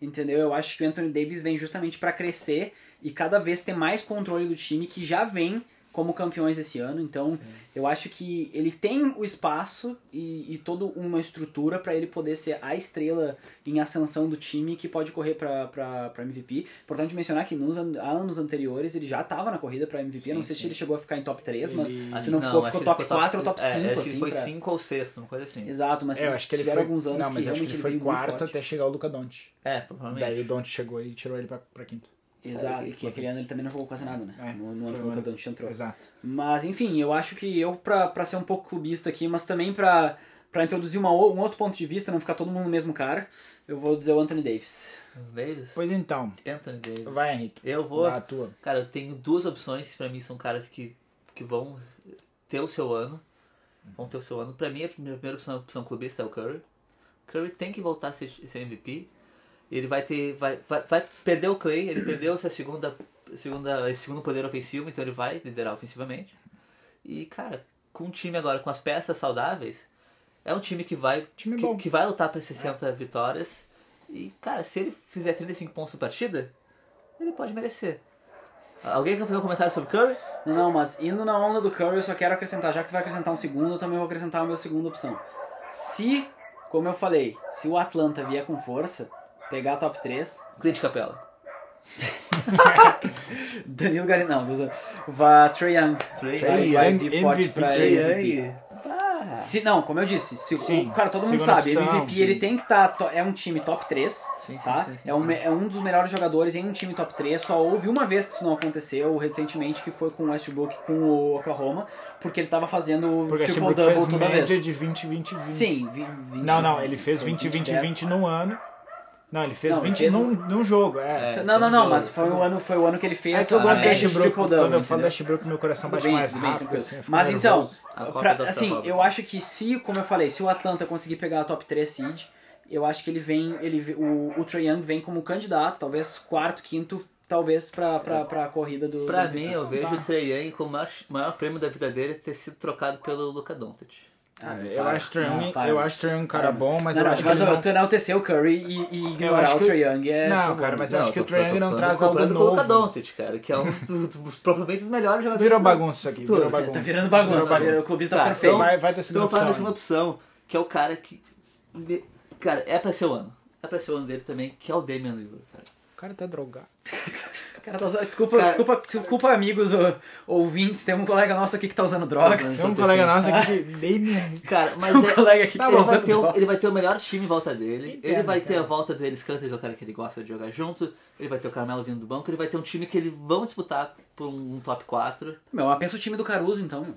[SPEAKER 3] entendeu? Eu acho que o Anthony Davis vem justamente pra crescer e cada vez ter mais controle do time que já vem como campeões esse ano. Então, eu acho que ele tem o espaço e, e toda uma estrutura pra ele poder ser a estrela em ascensão do time que pode correr pra- pra pra MVP. Importante mencionar que nos an- anos anteriores ele já tava na corrida pra MVP. Eu não
[SPEAKER 4] Sim,
[SPEAKER 3] sei se
[SPEAKER 4] sim.
[SPEAKER 3] ele chegou a ficar em top 3, mas
[SPEAKER 2] Ele-
[SPEAKER 4] Acho
[SPEAKER 3] se
[SPEAKER 4] que
[SPEAKER 3] não, ficou,
[SPEAKER 4] acho
[SPEAKER 3] ficou
[SPEAKER 4] que
[SPEAKER 3] top
[SPEAKER 4] ele
[SPEAKER 3] 4 ou top 5,
[SPEAKER 4] é, acho que
[SPEAKER 3] assim.
[SPEAKER 4] ele foi
[SPEAKER 3] pra-
[SPEAKER 4] 5 ou 6, uma coisa assim.
[SPEAKER 3] Exato, mas
[SPEAKER 2] É, eu acho que ele
[SPEAKER 3] tiveram
[SPEAKER 2] foi.
[SPEAKER 3] alguns anos
[SPEAKER 2] não, mas
[SPEAKER 3] que
[SPEAKER 2] eu acho que
[SPEAKER 3] realmente
[SPEAKER 2] ele foi
[SPEAKER 3] veio muito
[SPEAKER 2] quarto
[SPEAKER 3] forte.
[SPEAKER 2] até chegar o Luca Doncic.
[SPEAKER 4] É, provavelmente.
[SPEAKER 2] Daí o Doncic chegou e tirou ele pra, pra quinto.
[SPEAKER 3] Exato, e que aquele ano ele também não jogou quase nada, né?
[SPEAKER 2] É,
[SPEAKER 3] no, no
[SPEAKER 2] foi
[SPEAKER 3] ano que o
[SPEAKER 2] um ano.
[SPEAKER 3] Doncic entrou.
[SPEAKER 2] Exato.
[SPEAKER 3] Mas enfim, eu acho que eu, pra, pra ser um pouco clubista aqui, mas também pra, pra introduzir uma, o- um outro ponto de vista, não ficar todo mundo no mesmo cara, eu vou dizer o Anthony Davis.
[SPEAKER 4] Davis?
[SPEAKER 2] Pois então,
[SPEAKER 4] Anthony Davis.
[SPEAKER 2] vai, Henrique.
[SPEAKER 4] Eu vou.
[SPEAKER 2] Dá a tua.
[SPEAKER 4] Cara, eu tenho duas opções que pra mim são caras que, que vão ter o seu ano. Vão ter o seu ano. Pra mim, a primeira, primeira opção, opção clubista é o Curry. Curry tem que voltar a ser, ser MVP. Ele vai ter. Vai, vai, vai perder o Clay, ele perdeu essa segunda, segunda, esse segundo poder ofensivo, então ele vai liderar ofensivamente. E, cara, com o time agora, com as peças saudáveis, é um time que vai.
[SPEAKER 2] Time
[SPEAKER 4] que,
[SPEAKER 2] bom.
[SPEAKER 4] que vai lutar pra 60 vitórias. E, cara, se ele fizer 35 pontos por partida, ele pode merecer. Alguém quer fazer um comentário sobre Curry?
[SPEAKER 3] Não, não, mas indo na onda do Curry, eu só quero acrescentar, já que tu vai acrescentar um segundo, eu também vou acrescentar a minha segunda opção. Se, como eu falei, se o Atlanta vier com força, pegar top 3,
[SPEAKER 4] Clint Capela.
[SPEAKER 3] Danilo Galin... Não, Dusan. Vá Trae Young.
[SPEAKER 4] Trae
[SPEAKER 3] Vai-
[SPEAKER 2] Young,
[SPEAKER 3] vai vir
[SPEAKER 2] MVP,
[SPEAKER 3] forte pra
[SPEAKER 2] Trae
[SPEAKER 3] MVP. Se, não, como eu disse, se,
[SPEAKER 2] Sim,
[SPEAKER 3] o, cara, todo mundo
[SPEAKER 2] segunda
[SPEAKER 3] sabe,
[SPEAKER 2] opção,
[SPEAKER 3] MVP
[SPEAKER 2] sim.
[SPEAKER 3] ele tem que estar. é um time top 3,
[SPEAKER 4] Sim, sim,
[SPEAKER 3] tá?
[SPEAKER 4] sim, sim,
[SPEAKER 3] é, um,
[SPEAKER 4] sim.
[SPEAKER 3] me- é um dos melhores jogadores em um time top 3. Só houve uma vez que isso não aconteceu recentemente, que foi com o Westbrook com o Oklahoma, porque ele tava fazendo
[SPEAKER 2] Porque o Westbrook
[SPEAKER 3] triple-double
[SPEAKER 2] fez
[SPEAKER 3] toda
[SPEAKER 2] média
[SPEAKER 3] vez.
[SPEAKER 2] de 20, 20, 20.
[SPEAKER 3] Sim, vi- 20,
[SPEAKER 2] Não, não, ele fez
[SPEAKER 3] foi
[SPEAKER 2] 20, 20,
[SPEAKER 3] 10.
[SPEAKER 2] 20 num ano. Não, ele fez
[SPEAKER 3] Não, ele
[SPEAKER 2] 20
[SPEAKER 3] fez um-
[SPEAKER 2] num, num jogo, é.
[SPEAKER 4] É.
[SPEAKER 3] Não, não, não,
[SPEAKER 4] Foi um
[SPEAKER 3] mas
[SPEAKER 4] jogo,
[SPEAKER 3] foi o ano, foi o ano que Ah, ele fez.
[SPEAKER 2] É, que eu
[SPEAKER 3] a
[SPEAKER 2] gosto do
[SPEAKER 3] média de
[SPEAKER 2] Westbrook.
[SPEAKER 3] triple-double,
[SPEAKER 2] Quando eu
[SPEAKER 3] entendeu?
[SPEAKER 2] falo do Westbrook, meu coração
[SPEAKER 3] Tudo
[SPEAKER 2] bate
[SPEAKER 3] bem,
[SPEAKER 2] mais
[SPEAKER 3] tudo bem,
[SPEAKER 2] rápido.
[SPEAKER 3] tranquilo.
[SPEAKER 2] assim, eu fico
[SPEAKER 3] Mas então,
[SPEAKER 2] nervoso.
[SPEAKER 4] A Copa
[SPEAKER 3] pra-
[SPEAKER 4] das
[SPEAKER 3] assim,
[SPEAKER 4] Copas.
[SPEAKER 3] eu acho que se, como eu falei, se o Atlanta conseguir pegar a top 3 seed, eu acho que ele vem, ele ve- o, o Trae Young vem como candidato, talvez quarto, quinto, talvez pra, pra, pra corrida do...
[SPEAKER 4] É. Pra
[SPEAKER 3] do-
[SPEAKER 4] mim, eu vejo
[SPEAKER 2] Tá.
[SPEAKER 4] o Trae Young como o maior, maior prêmio da vida dele ter sido trocado pelo Luca Doncic.
[SPEAKER 3] Ah,
[SPEAKER 2] É, Eu
[SPEAKER 3] para.
[SPEAKER 2] acho o Trae
[SPEAKER 3] Não,
[SPEAKER 2] Young-
[SPEAKER 3] para.
[SPEAKER 2] eu acho o Trae Young um cara
[SPEAKER 3] Para.
[SPEAKER 2] bom, mas
[SPEAKER 3] Não,
[SPEAKER 2] eu
[SPEAKER 3] não,
[SPEAKER 2] acho que
[SPEAKER 3] mas
[SPEAKER 2] ele
[SPEAKER 3] ó,
[SPEAKER 2] não-
[SPEAKER 3] tu enalteceu o Curry e, e ignorar
[SPEAKER 2] acho
[SPEAKER 3] o
[SPEAKER 2] que-
[SPEAKER 3] Trae Young é...
[SPEAKER 2] Não, cara, mas eu acho que o
[SPEAKER 4] tô- tô-
[SPEAKER 2] Trae Young
[SPEAKER 4] tô
[SPEAKER 2] não
[SPEAKER 4] falando-
[SPEAKER 2] traz algo
[SPEAKER 4] comparando com o Luca
[SPEAKER 2] novo.
[SPEAKER 4] Doncic, cara, que é um dos, dos- provavelmente dos melhores jogadores.
[SPEAKER 2] Virou
[SPEAKER 4] da-
[SPEAKER 2] bagunça isso aqui,
[SPEAKER 4] Tudo.
[SPEAKER 2] virou bagunça.
[SPEAKER 3] Tá virando bagunça, tá virando, o clubista tá
[SPEAKER 4] Tá,
[SPEAKER 3] ficando feio.
[SPEAKER 2] Vai- vai ter segunda
[SPEAKER 4] Então, para a
[SPEAKER 2] opção né?
[SPEAKER 4] segunda opção, que é o cara que. me- Cara, é pra ser o ano. É pra ser o ano dele também, que é o Damian Lillard, cara.
[SPEAKER 2] O cara tá drogado.
[SPEAKER 3] Cara, tá usando- desculpa,
[SPEAKER 4] então- Cara-
[SPEAKER 3] desculpa, desculpa, amigos ô- ouvintes, tem um colega nosso aqui que tá usando drogas.
[SPEAKER 2] Tem um colega nosso aqui que nem me-
[SPEAKER 4] Cara, mas
[SPEAKER 3] Tem um
[SPEAKER 4] é-
[SPEAKER 3] colega aqui
[SPEAKER 4] Tá
[SPEAKER 3] que
[SPEAKER 4] bom,
[SPEAKER 3] tá
[SPEAKER 4] vai
[SPEAKER 3] usando
[SPEAKER 4] ter o-
[SPEAKER 3] drogas.
[SPEAKER 4] ele vai ter o melhor time em volta dele.
[SPEAKER 2] Entendo,
[SPEAKER 4] ele vai ter a volta do Dennis Cantor, que é o cara que ele gosta de jogar junto. Ele vai ter o Carmelo vindo do banco. Ele vai ter um time que eles vão disputar por um, um top 4.
[SPEAKER 3] Meu, mas pensa o time do Caruso, então. meu.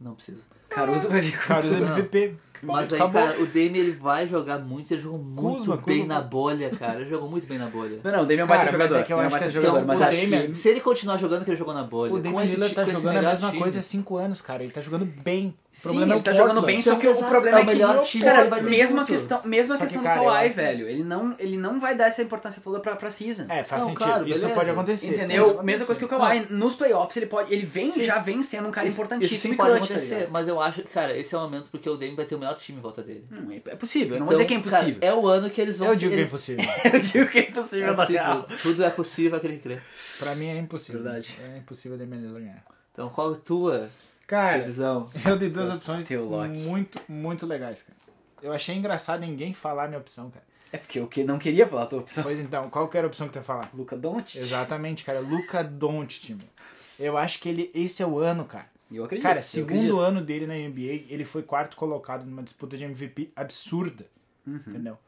[SPEAKER 4] Não precisa.
[SPEAKER 3] Caruso vai vir com
[SPEAKER 2] Cara, os
[SPEAKER 3] tudo.
[SPEAKER 2] MVP.
[SPEAKER 4] Mas aí,
[SPEAKER 2] acabou.
[SPEAKER 4] cara, o Demi ele vai jogar muito. Ele jogou muito
[SPEAKER 2] Kuzma,
[SPEAKER 4] bem
[SPEAKER 2] Kuzma.
[SPEAKER 4] na bolha, cara. Ele jogou muito bem na bolha. Então,
[SPEAKER 3] Não, não, o Damian
[SPEAKER 2] Cara,
[SPEAKER 3] vai ter
[SPEAKER 2] mas
[SPEAKER 3] jogador.
[SPEAKER 2] é que eu
[SPEAKER 3] Damian
[SPEAKER 2] acho
[SPEAKER 3] vai
[SPEAKER 2] que
[SPEAKER 3] ter
[SPEAKER 2] esse
[SPEAKER 3] jogador,
[SPEAKER 2] é um
[SPEAKER 3] mas
[SPEAKER 2] bom
[SPEAKER 3] acho que-
[SPEAKER 2] Damian.
[SPEAKER 4] se ele continuar jogando o que ele jogou na bolha,
[SPEAKER 2] O
[SPEAKER 4] com
[SPEAKER 2] Damian
[SPEAKER 4] esse
[SPEAKER 2] Lillard
[SPEAKER 4] ti-
[SPEAKER 2] tá
[SPEAKER 4] com esse
[SPEAKER 2] jogando a
[SPEAKER 4] melhor
[SPEAKER 2] mesma
[SPEAKER 4] time,
[SPEAKER 2] coisa há 5 anos, cara. Ele tá jogando bem. O
[SPEAKER 3] Sim,
[SPEAKER 2] problema é
[SPEAKER 3] ele
[SPEAKER 2] o
[SPEAKER 3] tá
[SPEAKER 2] Portland.
[SPEAKER 3] jogando bem,
[SPEAKER 4] Então,
[SPEAKER 3] só que o
[SPEAKER 4] exato,
[SPEAKER 3] problema
[SPEAKER 4] é
[SPEAKER 3] é
[SPEAKER 4] o
[SPEAKER 3] que.
[SPEAKER 4] melhor time que ele
[SPEAKER 3] cara,
[SPEAKER 4] vai ter
[SPEAKER 3] mesma
[SPEAKER 4] junto.
[SPEAKER 3] questão, mesma
[SPEAKER 2] Só que,
[SPEAKER 3] questão
[SPEAKER 2] cara,
[SPEAKER 3] do
[SPEAKER 2] eu
[SPEAKER 3] Kawhi,
[SPEAKER 2] acho-
[SPEAKER 3] velho. Ele não, ele não vai dar essa importância toda pra, pra season.
[SPEAKER 2] É, faz
[SPEAKER 4] Não,
[SPEAKER 2] sentido.
[SPEAKER 4] claro,
[SPEAKER 2] Isso
[SPEAKER 4] beleza.
[SPEAKER 2] pode acontecer.
[SPEAKER 3] Entendeu?
[SPEAKER 2] Pode
[SPEAKER 3] Mesma coisa que o Kawhi. Nos playoffs, ele, pode, ele vem, já vem sendo um cara
[SPEAKER 4] Isso
[SPEAKER 3] importantíssimo
[SPEAKER 4] sim
[SPEAKER 3] e
[SPEAKER 4] pode
[SPEAKER 3] clutch, tá
[SPEAKER 4] acontecer,
[SPEAKER 3] ligado?
[SPEAKER 4] mas eu acho que, cara, esse é o momento porque o Dame vai ter o melhor time em volta dele.
[SPEAKER 2] Hum,
[SPEAKER 3] Não, é- é possível, eu não vou dizer
[SPEAKER 4] Então,
[SPEAKER 3] que é impossível.
[SPEAKER 4] cara, é o ano que eles vão
[SPEAKER 2] Eu digo que é
[SPEAKER 4] eles-
[SPEAKER 2] impossível.
[SPEAKER 3] Eu digo que é impossível, na
[SPEAKER 4] possível.
[SPEAKER 3] real.
[SPEAKER 4] Tudo é possível, aquele crer.
[SPEAKER 2] Pra mim é impossível.
[SPEAKER 3] Verdade.
[SPEAKER 2] É impossível o Damian Lillard ganhar.
[SPEAKER 4] Então, qual a tua
[SPEAKER 2] Cara,
[SPEAKER 4] previsão?
[SPEAKER 2] eu dei duas opções
[SPEAKER 3] Teu Loki.
[SPEAKER 2] muito, muito legais, cara. Eu achei engraçado ninguém falar a minha opção, cara.
[SPEAKER 3] É porque eu que- não queria falar a tua opção.
[SPEAKER 2] Pois então, qual que era a opção que tu ia falar?
[SPEAKER 3] Luca Doncic.
[SPEAKER 2] Exatamente, cara. Luca Doncic, meu. Eu acho que ele esse é o ano, cara.
[SPEAKER 3] Eu acredito.
[SPEAKER 2] Cara,
[SPEAKER 3] eu
[SPEAKER 2] segundo
[SPEAKER 3] acredito.
[SPEAKER 2] ano dele na NBA, ele foi quarto colocado numa disputa de MVP absurda.
[SPEAKER 4] Uhum.
[SPEAKER 2] Entendeu?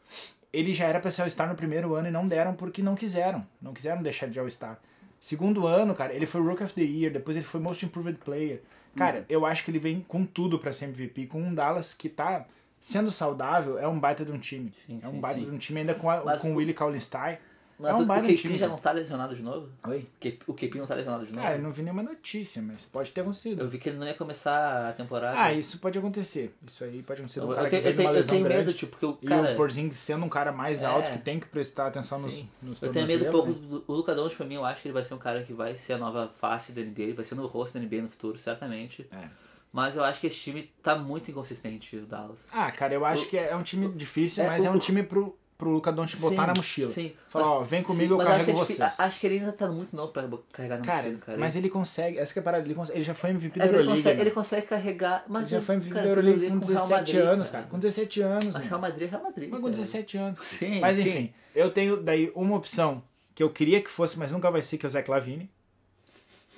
[SPEAKER 2] Ele já era pra ser All-Star no primeiro ano e não deram porque não quiseram. Não quiseram deixar de All-Star. Segundo ano, cara, ele foi Rook of the Year, depois ele foi Most Improved Player.
[SPEAKER 4] Uhum.
[SPEAKER 2] Cara, eu acho que ele vem com tudo pra ser MVP, com um Dallas que tá sendo saudável, é um baita de um time.
[SPEAKER 4] Sim,
[SPEAKER 2] é um
[SPEAKER 4] sim,
[SPEAKER 2] baita
[SPEAKER 4] sim.
[SPEAKER 2] de um time ainda com, a,
[SPEAKER 4] Mas
[SPEAKER 2] com o
[SPEAKER 4] o-
[SPEAKER 2] Willie Cauley-Stein.
[SPEAKER 4] Mas
[SPEAKER 2] É um
[SPEAKER 4] o, o
[SPEAKER 2] baita
[SPEAKER 4] Kepin
[SPEAKER 2] time. Ah,
[SPEAKER 4] já não tá lesionado de novo?
[SPEAKER 2] Oi?
[SPEAKER 4] Ke- O Kepin não tá lesionado de novo?
[SPEAKER 2] Cara, eu não vi nenhuma notícia, mas pode ter acontecido.
[SPEAKER 4] Eu vi que ele não ia começar a temporada.
[SPEAKER 2] Ah, isso pode acontecer. Isso aí pode acontecer. Um
[SPEAKER 4] eu,
[SPEAKER 2] cara
[SPEAKER 4] eu tenho,
[SPEAKER 2] que
[SPEAKER 4] eu
[SPEAKER 2] vem de uma
[SPEAKER 4] tenho, eu
[SPEAKER 2] lesão
[SPEAKER 4] tenho
[SPEAKER 2] grande.
[SPEAKER 4] medo, tipo, que o
[SPEAKER 2] E
[SPEAKER 4] cara...
[SPEAKER 2] o Porzingis sendo um cara mais
[SPEAKER 4] É.
[SPEAKER 2] alto que tem que prestar atenção nos,
[SPEAKER 4] Sim.
[SPEAKER 2] nos
[SPEAKER 4] eu tenho medo um
[SPEAKER 2] tornozelos,
[SPEAKER 4] pouco
[SPEAKER 2] né?
[SPEAKER 4] do o Luca Doncic pra mim, eu acho que ele vai ser um cara que vai ser a nova face da NBA, ele vai ser o novo rosto da NBA no futuro, certamente.
[SPEAKER 2] É.
[SPEAKER 4] Mas eu acho que esse time tá muito inconsistente, o Dallas.
[SPEAKER 2] Ah, cara, eu acho que é um time difícil,
[SPEAKER 4] é,
[SPEAKER 2] mas é
[SPEAKER 4] o-
[SPEAKER 2] um time pro, pro Luca Doncic botar
[SPEAKER 4] Sim,
[SPEAKER 2] na mochila.
[SPEAKER 4] Sim.
[SPEAKER 2] Falar,
[SPEAKER 4] Mas-
[SPEAKER 2] ó, vem comigo,
[SPEAKER 4] sim,
[SPEAKER 2] eu
[SPEAKER 4] mas
[SPEAKER 2] carrego
[SPEAKER 4] acho que é
[SPEAKER 2] vocês.
[SPEAKER 4] difícil- a- Acho que ele ainda tá muito novo pra bo- carregar na
[SPEAKER 2] cara,
[SPEAKER 4] mochila, cara.
[SPEAKER 2] mas ele consegue. Essa que é a parada, ele consegue, ele já foi MVP
[SPEAKER 4] É
[SPEAKER 2] da
[SPEAKER 4] que ele,
[SPEAKER 2] Euroliga.
[SPEAKER 4] consegue,
[SPEAKER 2] né?
[SPEAKER 4] ele consegue carregar, mas
[SPEAKER 2] Ele já
[SPEAKER 4] ele-
[SPEAKER 2] foi MVP
[SPEAKER 4] cara,
[SPEAKER 2] da Euroliga com
[SPEAKER 4] o Real
[SPEAKER 2] 17
[SPEAKER 4] Madrid,
[SPEAKER 2] anos, cara. Com 17 anos. né?
[SPEAKER 4] Mas
[SPEAKER 2] mano.
[SPEAKER 4] Real Madrid é Real Madrid.
[SPEAKER 2] Mas com
[SPEAKER 4] cara.
[SPEAKER 2] 17 anos.
[SPEAKER 4] Sim,
[SPEAKER 2] mas
[SPEAKER 4] sim.
[SPEAKER 2] enfim, eu tenho daí uma opção que eu queria que fosse, mas nunca vai ser, que é o Zach Lavine.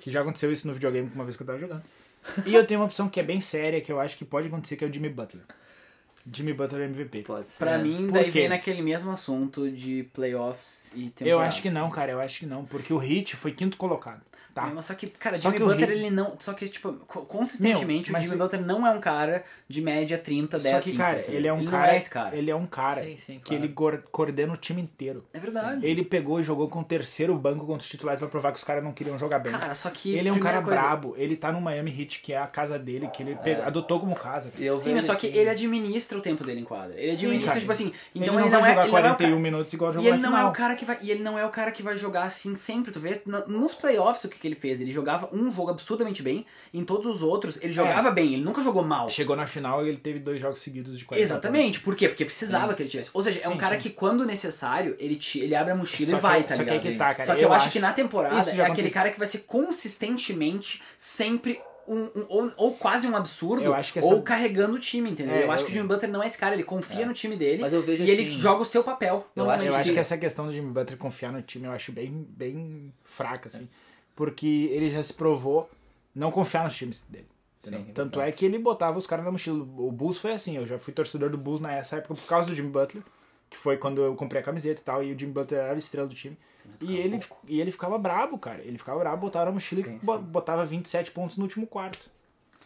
[SPEAKER 2] Que já aconteceu isso no videogame uma vez que eu tava jogando. E eu tenho uma opção que é bem séria, que eu acho que pode acontecer, que é o Jimmy Butler. Jimmy Butler é MVP.
[SPEAKER 4] Pode ser.
[SPEAKER 3] Pra
[SPEAKER 4] né?
[SPEAKER 3] mim,
[SPEAKER 2] Por
[SPEAKER 3] daí
[SPEAKER 2] quê?
[SPEAKER 3] vem naquele mesmo assunto de playoffs e temporada.
[SPEAKER 2] Eu acho que não, cara, eu acho que não, porque o Hit foi quinto colocado, tá?
[SPEAKER 3] Mas Só que, cara,
[SPEAKER 2] Só
[SPEAKER 3] Jimmy
[SPEAKER 2] que o
[SPEAKER 3] Butler,
[SPEAKER 2] Rio-
[SPEAKER 3] ele não. Só que, tipo, co- consistentemente,
[SPEAKER 2] Meu, mas
[SPEAKER 3] o
[SPEAKER 2] se-
[SPEAKER 3] Jimmy Butler não é um cara de média 30, 10,
[SPEAKER 2] Só que,
[SPEAKER 3] 5,
[SPEAKER 2] cara,
[SPEAKER 4] né?
[SPEAKER 3] entendeu?
[SPEAKER 2] ele é um
[SPEAKER 3] ele
[SPEAKER 2] cara,
[SPEAKER 3] Não é esse cara.
[SPEAKER 2] ele é um cara
[SPEAKER 4] Sim, sim,
[SPEAKER 2] que
[SPEAKER 4] claro.
[SPEAKER 2] ele gor- coordena o time inteiro.
[SPEAKER 3] É verdade.
[SPEAKER 2] Ele pegou e jogou com o terceiro banco contra os titulares pra provar que os caras não queriam jogar bem.
[SPEAKER 3] Cara, só que.
[SPEAKER 2] ele é um
[SPEAKER 3] primeira
[SPEAKER 2] cara
[SPEAKER 3] coisa- É.
[SPEAKER 2] brabo, ele tá no Miami Heat, que é a casa dele, que ele pe- adotou como casa.
[SPEAKER 4] E eu
[SPEAKER 3] Sim,
[SPEAKER 4] vejo
[SPEAKER 3] mas só que
[SPEAKER 4] esse-
[SPEAKER 2] é
[SPEAKER 3] ele administra o tempo dele em quadra. Ele
[SPEAKER 2] um Sim,
[SPEAKER 3] administra,
[SPEAKER 2] cara.
[SPEAKER 3] tipo assim.
[SPEAKER 2] Ele
[SPEAKER 3] Então
[SPEAKER 2] não
[SPEAKER 3] ele
[SPEAKER 2] vai
[SPEAKER 3] não
[SPEAKER 2] jogar
[SPEAKER 3] é. ele não é o
[SPEAKER 2] 41
[SPEAKER 3] cara-
[SPEAKER 2] minutos igual jogou
[SPEAKER 3] E ele
[SPEAKER 2] na
[SPEAKER 3] não é
[SPEAKER 2] final.
[SPEAKER 3] o cara que vai. E ele não é o cara que vai jogar assim sempre. Tu vê, na- nos playoffs o que, que ele fez? Ele jogava um jogo absurdamente bem, em todos os outros,
[SPEAKER 2] É.
[SPEAKER 3] ele jogava bem, ele nunca jogou mal.
[SPEAKER 2] Chegou na final e ele teve dois jogos seguidos de 40
[SPEAKER 3] Exatamente, por quê? Porque precisava que ele tivesse. Ou seja, é
[SPEAKER 2] Sim,
[SPEAKER 3] um cara
[SPEAKER 2] sim.
[SPEAKER 3] que, quando necessário, ele, te, ele abre a mochila
[SPEAKER 2] Só
[SPEAKER 3] e
[SPEAKER 2] que
[SPEAKER 3] vai,
[SPEAKER 2] eu-
[SPEAKER 3] tá
[SPEAKER 2] só que
[SPEAKER 3] ligado?
[SPEAKER 2] aí que tá, cara.
[SPEAKER 3] Só que eu,
[SPEAKER 2] Eu
[SPEAKER 3] acho,
[SPEAKER 2] acho-
[SPEAKER 3] que na temporada é
[SPEAKER 2] isso já
[SPEAKER 3] aquele
[SPEAKER 2] acontece.
[SPEAKER 3] cara que vai ser consistentemente sempre um, um- ou, ou quase um absurdo,
[SPEAKER 2] Eu acho que essa-
[SPEAKER 3] ou carregando o time, entendeu?
[SPEAKER 2] É,
[SPEAKER 3] eu acho
[SPEAKER 2] eu-
[SPEAKER 3] que o Jimmy Butler não é esse cara, ele confia no time dele
[SPEAKER 4] Mas eu vejo
[SPEAKER 3] e ele
[SPEAKER 4] assim-
[SPEAKER 3] joga o seu papel.
[SPEAKER 4] Eu
[SPEAKER 2] Eu acho,
[SPEAKER 3] normalmente.
[SPEAKER 2] eu acho
[SPEAKER 4] que-
[SPEAKER 2] que essa questão do Jimmy Butler confiar no time eu acho bem, bem fraca, assim. Porque ele já se provou não confiar nos times dele. entendeu?
[SPEAKER 4] Sim, é
[SPEAKER 2] Tanto é
[SPEAKER 4] verdade.
[SPEAKER 2] que ele botava os caras na mochila. O Bulls foi assim, eu já fui torcedor do Bulls nessa época por causa do Jimmy Butler, que foi quando eu comprei a camiseta e tal, e o Jimmy Butler era a estrela do time.
[SPEAKER 4] Ah,
[SPEAKER 2] E
[SPEAKER 4] um
[SPEAKER 2] ele, e ele ficava brabo, cara. Ele ficava brabo, botava na mochila e bo- botava 27 pontos no último quarto.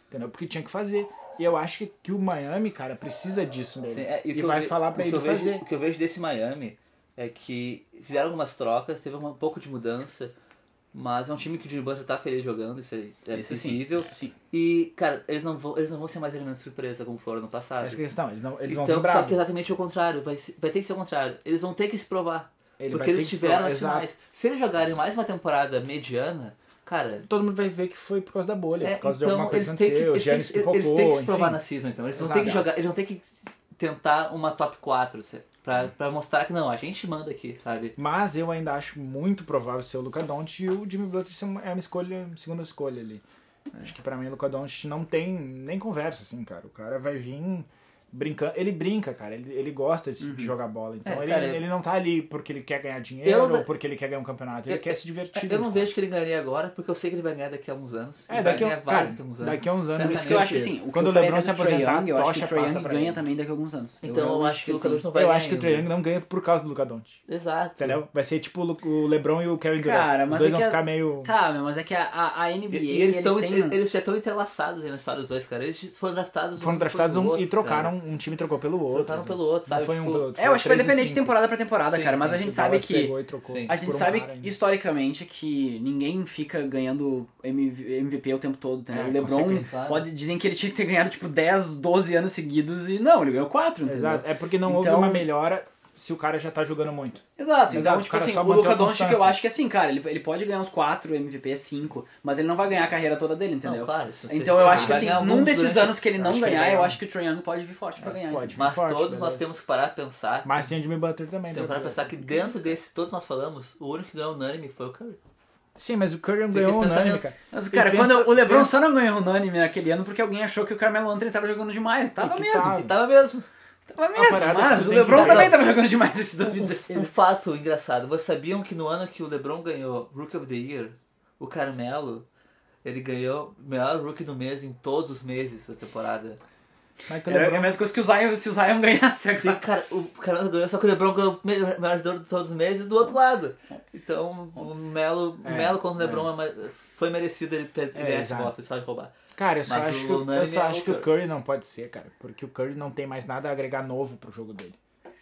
[SPEAKER 2] Entendeu? Porque tinha que fazer. E eu acho que, que o Miami, cara, precisa disso dele.
[SPEAKER 4] Sim, é,
[SPEAKER 2] e
[SPEAKER 4] o que eu
[SPEAKER 2] vai
[SPEAKER 4] ve-
[SPEAKER 2] falar
[SPEAKER 4] o
[SPEAKER 2] pra
[SPEAKER 4] que
[SPEAKER 2] ele
[SPEAKER 4] eu vejo-
[SPEAKER 2] fazer.
[SPEAKER 4] O que eu vejo desse Miami é que fizeram algumas trocas, teve um pouco de mudança, mas é um time que o Jimmy Butler tá feliz jogando, isso é, é
[SPEAKER 3] Isso sim,
[SPEAKER 4] visível.
[SPEAKER 3] isso sim.
[SPEAKER 4] E, cara, eles não, vão, eles não vão ser mais elementos surpresa como foram no passado.
[SPEAKER 2] Essa questão, eles, é assim, não, eles
[SPEAKER 4] então,
[SPEAKER 2] vão vir
[SPEAKER 4] só
[SPEAKER 2] bravo.
[SPEAKER 4] que exatamente o contrário, vai, se- vai ter que ser o contrário. Eles vão ter que se provar.
[SPEAKER 2] Ele vai
[SPEAKER 4] porque
[SPEAKER 2] ter
[SPEAKER 4] eles
[SPEAKER 2] que se
[SPEAKER 4] tiveram
[SPEAKER 2] provar,
[SPEAKER 4] as
[SPEAKER 2] exato.
[SPEAKER 4] finais. Se eles jogarem mais uma temporada mediana, cara,
[SPEAKER 2] Todo mundo vai ver que foi por causa da bolha,
[SPEAKER 4] É,
[SPEAKER 2] por causa de
[SPEAKER 4] então,
[SPEAKER 2] alguma coisa que
[SPEAKER 4] eles têm que,
[SPEAKER 2] aconteceu, o
[SPEAKER 4] eles têm
[SPEAKER 2] Giannis
[SPEAKER 4] que-
[SPEAKER 2] pipocou,
[SPEAKER 4] eles têm que se
[SPEAKER 2] enfim.
[SPEAKER 4] provar na season, então. Eles não
[SPEAKER 2] Exato.
[SPEAKER 4] têm que jogar, eles não têm que tentar uma top 4, se- pra, pra mostrar que não, a gente manda aqui, sabe?
[SPEAKER 2] Mas eu ainda acho muito provável ser o Luca Doncic e o Jimmy Butler ser uma- é uma escolha, segunda escolha ali.
[SPEAKER 4] É.
[SPEAKER 2] Acho que pra mim o Luca Doncic não tem nem conversa, assim, cara. O cara vai vir brincando. Ele brinca, cara. Ele, ele gosta de, de jogar bola. Então
[SPEAKER 4] É,
[SPEAKER 2] ele,
[SPEAKER 4] cara,
[SPEAKER 2] ele não tá ali porque ele quer ganhar dinheiro
[SPEAKER 4] Eu-
[SPEAKER 2] ou porque ele quer ganhar um campeonato. Ele
[SPEAKER 4] Eu-
[SPEAKER 2] quer se divertir.
[SPEAKER 4] Eu não vejo que ele ganharia agora, porque eu sei que ele vai ganhar daqui a uns anos.
[SPEAKER 2] É,
[SPEAKER 4] Ele
[SPEAKER 2] daqui
[SPEAKER 4] vai
[SPEAKER 2] a,
[SPEAKER 4] ganhar
[SPEAKER 2] cara,
[SPEAKER 4] vários daqui a uns anos.
[SPEAKER 2] daqui a uns anos.
[SPEAKER 4] Certamente.
[SPEAKER 3] Por isso que eu acho que assim, o que
[SPEAKER 2] Quando
[SPEAKER 3] eu
[SPEAKER 2] o
[SPEAKER 3] falei
[SPEAKER 2] LeBron
[SPEAKER 3] até
[SPEAKER 2] se
[SPEAKER 3] do Trae
[SPEAKER 2] aposentar,
[SPEAKER 3] Young, eu acho que
[SPEAKER 2] tocha
[SPEAKER 3] o Trae
[SPEAKER 2] passa
[SPEAKER 3] Young
[SPEAKER 2] pra
[SPEAKER 3] ganha
[SPEAKER 2] ele.
[SPEAKER 3] também daqui a alguns anos.
[SPEAKER 4] Então eu acho que o Luka Doncic não vai
[SPEAKER 2] Eu
[SPEAKER 4] ganhar né?
[SPEAKER 2] acho que tá o
[SPEAKER 4] ainda.
[SPEAKER 2] Trae Young não ganha por causa do Luca Doncic.
[SPEAKER 4] Exato.
[SPEAKER 2] Entendeu? Vai ser tipo o Lu- o LeBron e o Kevin Durant.
[SPEAKER 3] Cara, mas
[SPEAKER 2] Os dois
[SPEAKER 3] é
[SPEAKER 2] vão
[SPEAKER 3] que
[SPEAKER 2] ficar
[SPEAKER 3] as-
[SPEAKER 2] meio...
[SPEAKER 3] Tá, meu, mas é que a, a, a NBA
[SPEAKER 4] E, e
[SPEAKER 3] eles,
[SPEAKER 4] eles, um. tão,
[SPEAKER 3] têm...
[SPEAKER 4] eles- eles já estão entrelaçados aí na história dos dois, cara. Eles foram draftados
[SPEAKER 2] Foram
[SPEAKER 4] um
[SPEAKER 2] draftados
[SPEAKER 4] depois do
[SPEAKER 2] um e
[SPEAKER 4] outro,
[SPEAKER 2] trocaram,
[SPEAKER 3] né?
[SPEAKER 4] cara.
[SPEAKER 2] um time trocou pelo outro.
[SPEAKER 4] Trocaram pelo outro,
[SPEAKER 2] Não
[SPEAKER 4] sabe?
[SPEAKER 2] foi um
[SPEAKER 4] Tipo,
[SPEAKER 2] pelo outro.
[SPEAKER 3] É, eu acho que vai
[SPEAKER 2] foi três e
[SPEAKER 3] depender de
[SPEAKER 2] cinco.
[SPEAKER 3] temporada pra temporada,
[SPEAKER 4] Sim,
[SPEAKER 3] cara. Mas
[SPEAKER 4] sim,
[SPEAKER 3] a gente
[SPEAKER 2] O
[SPEAKER 3] sabe
[SPEAKER 2] Dallas
[SPEAKER 3] que.
[SPEAKER 2] pegou e trocou
[SPEAKER 4] Sim.
[SPEAKER 3] A
[SPEAKER 2] por
[SPEAKER 3] gente
[SPEAKER 2] um
[SPEAKER 3] sabe
[SPEAKER 2] cara ainda.
[SPEAKER 3] historicamente que ninguém fica ganhando MV MVP o tempo todo, entendeu?
[SPEAKER 2] É,
[SPEAKER 3] o
[SPEAKER 2] consegue,
[SPEAKER 3] LeBron
[SPEAKER 4] claro.
[SPEAKER 3] pode dizem que ele tinha que ter ganhado tipo 10, 12 anos seguidos e não, ele ganhou 4, entendeu?
[SPEAKER 2] Exato. É porque não houve
[SPEAKER 3] Então-
[SPEAKER 2] uma melhora se o cara já tá jogando muito.
[SPEAKER 3] Exato, então,
[SPEAKER 2] Exato, o
[SPEAKER 3] tipo
[SPEAKER 2] cara
[SPEAKER 3] assim,
[SPEAKER 2] só
[SPEAKER 3] o
[SPEAKER 2] mantém
[SPEAKER 3] Luka
[SPEAKER 2] a
[SPEAKER 3] Doncic eu
[SPEAKER 2] constância.
[SPEAKER 3] acho que assim, cara, ele, ele pode ganhar uns 4 MVP, 5, é mas ele não vai ganhar a carreira toda dele, entendeu?
[SPEAKER 4] Não, claro, isso sim.
[SPEAKER 3] então eu
[SPEAKER 4] Ele
[SPEAKER 3] acho que
[SPEAKER 4] vai
[SPEAKER 3] assim,
[SPEAKER 4] ganhar
[SPEAKER 3] num
[SPEAKER 4] alguns
[SPEAKER 3] desses
[SPEAKER 4] durante-
[SPEAKER 3] anos que ele
[SPEAKER 2] eu
[SPEAKER 3] não
[SPEAKER 2] acho que ele
[SPEAKER 3] ganhar,
[SPEAKER 2] vai
[SPEAKER 3] eu
[SPEAKER 2] ganhar. É,
[SPEAKER 3] acho que o Trae Young pode vir forte pra ganhar.
[SPEAKER 2] pode.
[SPEAKER 3] entendeu?
[SPEAKER 4] Mas
[SPEAKER 2] um Forte,
[SPEAKER 4] todos nós
[SPEAKER 2] beleza.
[SPEAKER 4] temos que parar a pensar.
[SPEAKER 2] Mas tem o Jimmy Butler também.
[SPEAKER 3] Então,
[SPEAKER 2] né?
[SPEAKER 4] Temos que
[SPEAKER 2] pra
[SPEAKER 4] parar a pensar que dentro desse, todos nós falamos, o único que ganhou unânime foi o Curry.
[SPEAKER 2] Sim, mas o Curry
[SPEAKER 4] Fica
[SPEAKER 2] ganhou
[SPEAKER 4] esse
[SPEAKER 2] unânime,
[SPEAKER 4] pensamento.
[SPEAKER 2] cara.
[SPEAKER 3] Mas,
[SPEAKER 2] E
[SPEAKER 3] cara,
[SPEAKER 2] pensa-
[SPEAKER 3] quando o LeBron
[SPEAKER 2] pensa-
[SPEAKER 3] só não ganhou unânime naquele ano porque alguém achou que o Carmelo Anthony tava jogando demais. Tava
[SPEAKER 2] que
[SPEAKER 3] mesmo.
[SPEAKER 2] tava.
[SPEAKER 4] E tava mesmo.
[SPEAKER 3] Tava mesmo,
[SPEAKER 2] parada é que tu
[SPEAKER 3] mas o
[SPEAKER 2] tem que
[SPEAKER 3] LeBron
[SPEAKER 2] dar-
[SPEAKER 3] também tava jogando demais esse
[SPEAKER 4] O, o
[SPEAKER 3] 2016.
[SPEAKER 4] fato engraçado, vocês sabiam que no ano que o LeBron ganhou Rookie of the Year, o Carmelo, ele ganhou melhor Rookie do mês em todos os meses da temporada.
[SPEAKER 2] Michael
[SPEAKER 3] É a
[SPEAKER 2] LeBron.
[SPEAKER 3] mesma coisa que o Zion, se o Zion ganhasse
[SPEAKER 4] Sim,
[SPEAKER 2] Ah.
[SPEAKER 3] agora.
[SPEAKER 4] cara, o Carmelo ganhou, só que o LeBron ganhou o me- melhor jogador de todos os meses do outro lado. Então, o Melo,
[SPEAKER 2] É,
[SPEAKER 4] Melo contra o LeBron é mais- foi merecido ele perder
[SPEAKER 2] É,
[SPEAKER 4] esse
[SPEAKER 2] exato.
[SPEAKER 4] voto, só de roubar.
[SPEAKER 2] Cara, eu só
[SPEAKER 4] Mas
[SPEAKER 2] acho,
[SPEAKER 4] o
[SPEAKER 2] que, o- eu
[SPEAKER 4] Nani
[SPEAKER 2] só
[SPEAKER 4] é o
[SPEAKER 2] acho que o
[SPEAKER 4] Curry.
[SPEAKER 2] Curry não pode ser, cara. Porque o Curry não tem mais nada a agregar novo pro jogo dele.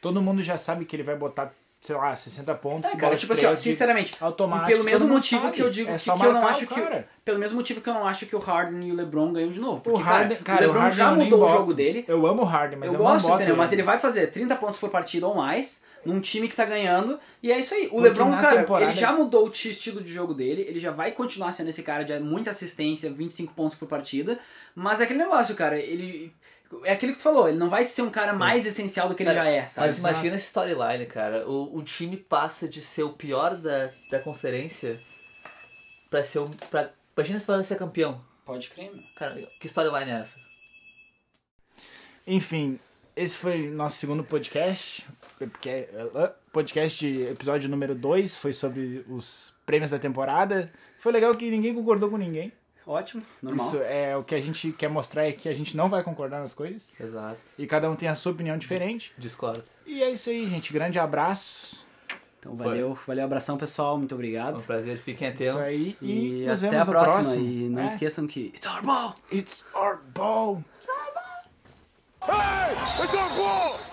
[SPEAKER 2] Todo mundo já sabe que ele vai botar, sei lá, 60 pontos.
[SPEAKER 3] É,
[SPEAKER 2] bola
[SPEAKER 3] cara,
[SPEAKER 2] de
[SPEAKER 3] tipo assim, ó,
[SPEAKER 2] três,
[SPEAKER 3] sinceramente,
[SPEAKER 2] automático,
[SPEAKER 3] pelo
[SPEAKER 2] todo
[SPEAKER 3] mesmo
[SPEAKER 2] mundo
[SPEAKER 3] motivo
[SPEAKER 2] sabe.
[SPEAKER 3] que eu digo
[SPEAKER 2] É
[SPEAKER 3] que,
[SPEAKER 2] só
[SPEAKER 3] que eu não
[SPEAKER 2] marcar o
[SPEAKER 3] acho que
[SPEAKER 2] cara.
[SPEAKER 3] pelo mesmo motivo que eu não acho que o Harden e o LeBron ganham de novo,
[SPEAKER 2] O
[SPEAKER 3] porque
[SPEAKER 2] Harden,
[SPEAKER 3] cara,
[SPEAKER 2] cara,
[SPEAKER 3] o LeBron
[SPEAKER 2] o Harden
[SPEAKER 3] já
[SPEAKER 2] eu nem
[SPEAKER 3] mudou o
[SPEAKER 2] boto.
[SPEAKER 3] jogo dele.
[SPEAKER 2] Eu amo o Harden, mas é
[SPEAKER 3] eu,
[SPEAKER 2] eu,
[SPEAKER 3] gosto,
[SPEAKER 2] não boto
[SPEAKER 3] entendeu?
[SPEAKER 2] ele.
[SPEAKER 3] Mas ele vai fazer 30 pontos por partida ou mais num time que tá ganhando. E é isso aí. O
[SPEAKER 2] Porque
[SPEAKER 3] LeBron,
[SPEAKER 2] na
[SPEAKER 3] cara,
[SPEAKER 2] temporada-
[SPEAKER 3] ele já mudou o ti- estilo de jogo dele. Ele já vai continuar sendo esse cara de muita assistência, 25 pontos por partida. Mas é aquele negócio, cara. Ele. É aquilo que tu falou. Ele não vai ser um cara mais essencial do que ele já é, sabe?
[SPEAKER 4] Mas imagina esse storyline, cara. O, o time passa de ser o pior da, da conferência pra ser o. Pra, imagina se vai ser é campeão.
[SPEAKER 3] Pode crer, meu.
[SPEAKER 4] Cara, que storyline é essa?
[SPEAKER 2] Enfim, esse foi nosso segundo podcast. porque- uh, Podcast de episódio número 2 foi sobre os prêmios da temporada. Foi legal que ninguém concordou com ninguém.
[SPEAKER 3] Ótimo, normal.
[SPEAKER 2] Isso é o que a gente quer mostrar é que a gente não vai concordar nas coisas.
[SPEAKER 4] Exato.
[SPEAKER 2] E cada um tem a sua opinião diferente.
[SPEAKER 4] Discordo.
[SPEAKER 2] E é isso aí, gente. Grande abraço.
[SPEAKER 3] Então valeu, valeu, abração, pessoal. Muito
[SPEAKER 4] É um
[SPEAKER 3] obrigado.
[SPEAKER 4] prazer, fiquem
[SPEAKER 2] Isso
[SPEAKER 4] atentos.
[SPEAKER 2] aí. E,
[SPEAKER 3] E
[SPEAKER 2] nos
[SPEAKER 3] até
[SPEAKER 2] vemos
[SPEAKER 3] a
[SPEAKER 2] no
[SPEAKER 3] próxima.
[SPEAKER 2] próximo.
[SPEAKER 3] E não
[SPEAKER 2] É.
[SPEAKER 3] esqueçam que. It's our ball!
[SPEAKER 2] It's our ball.
[SPEAKER 1] Hey, it's our ball.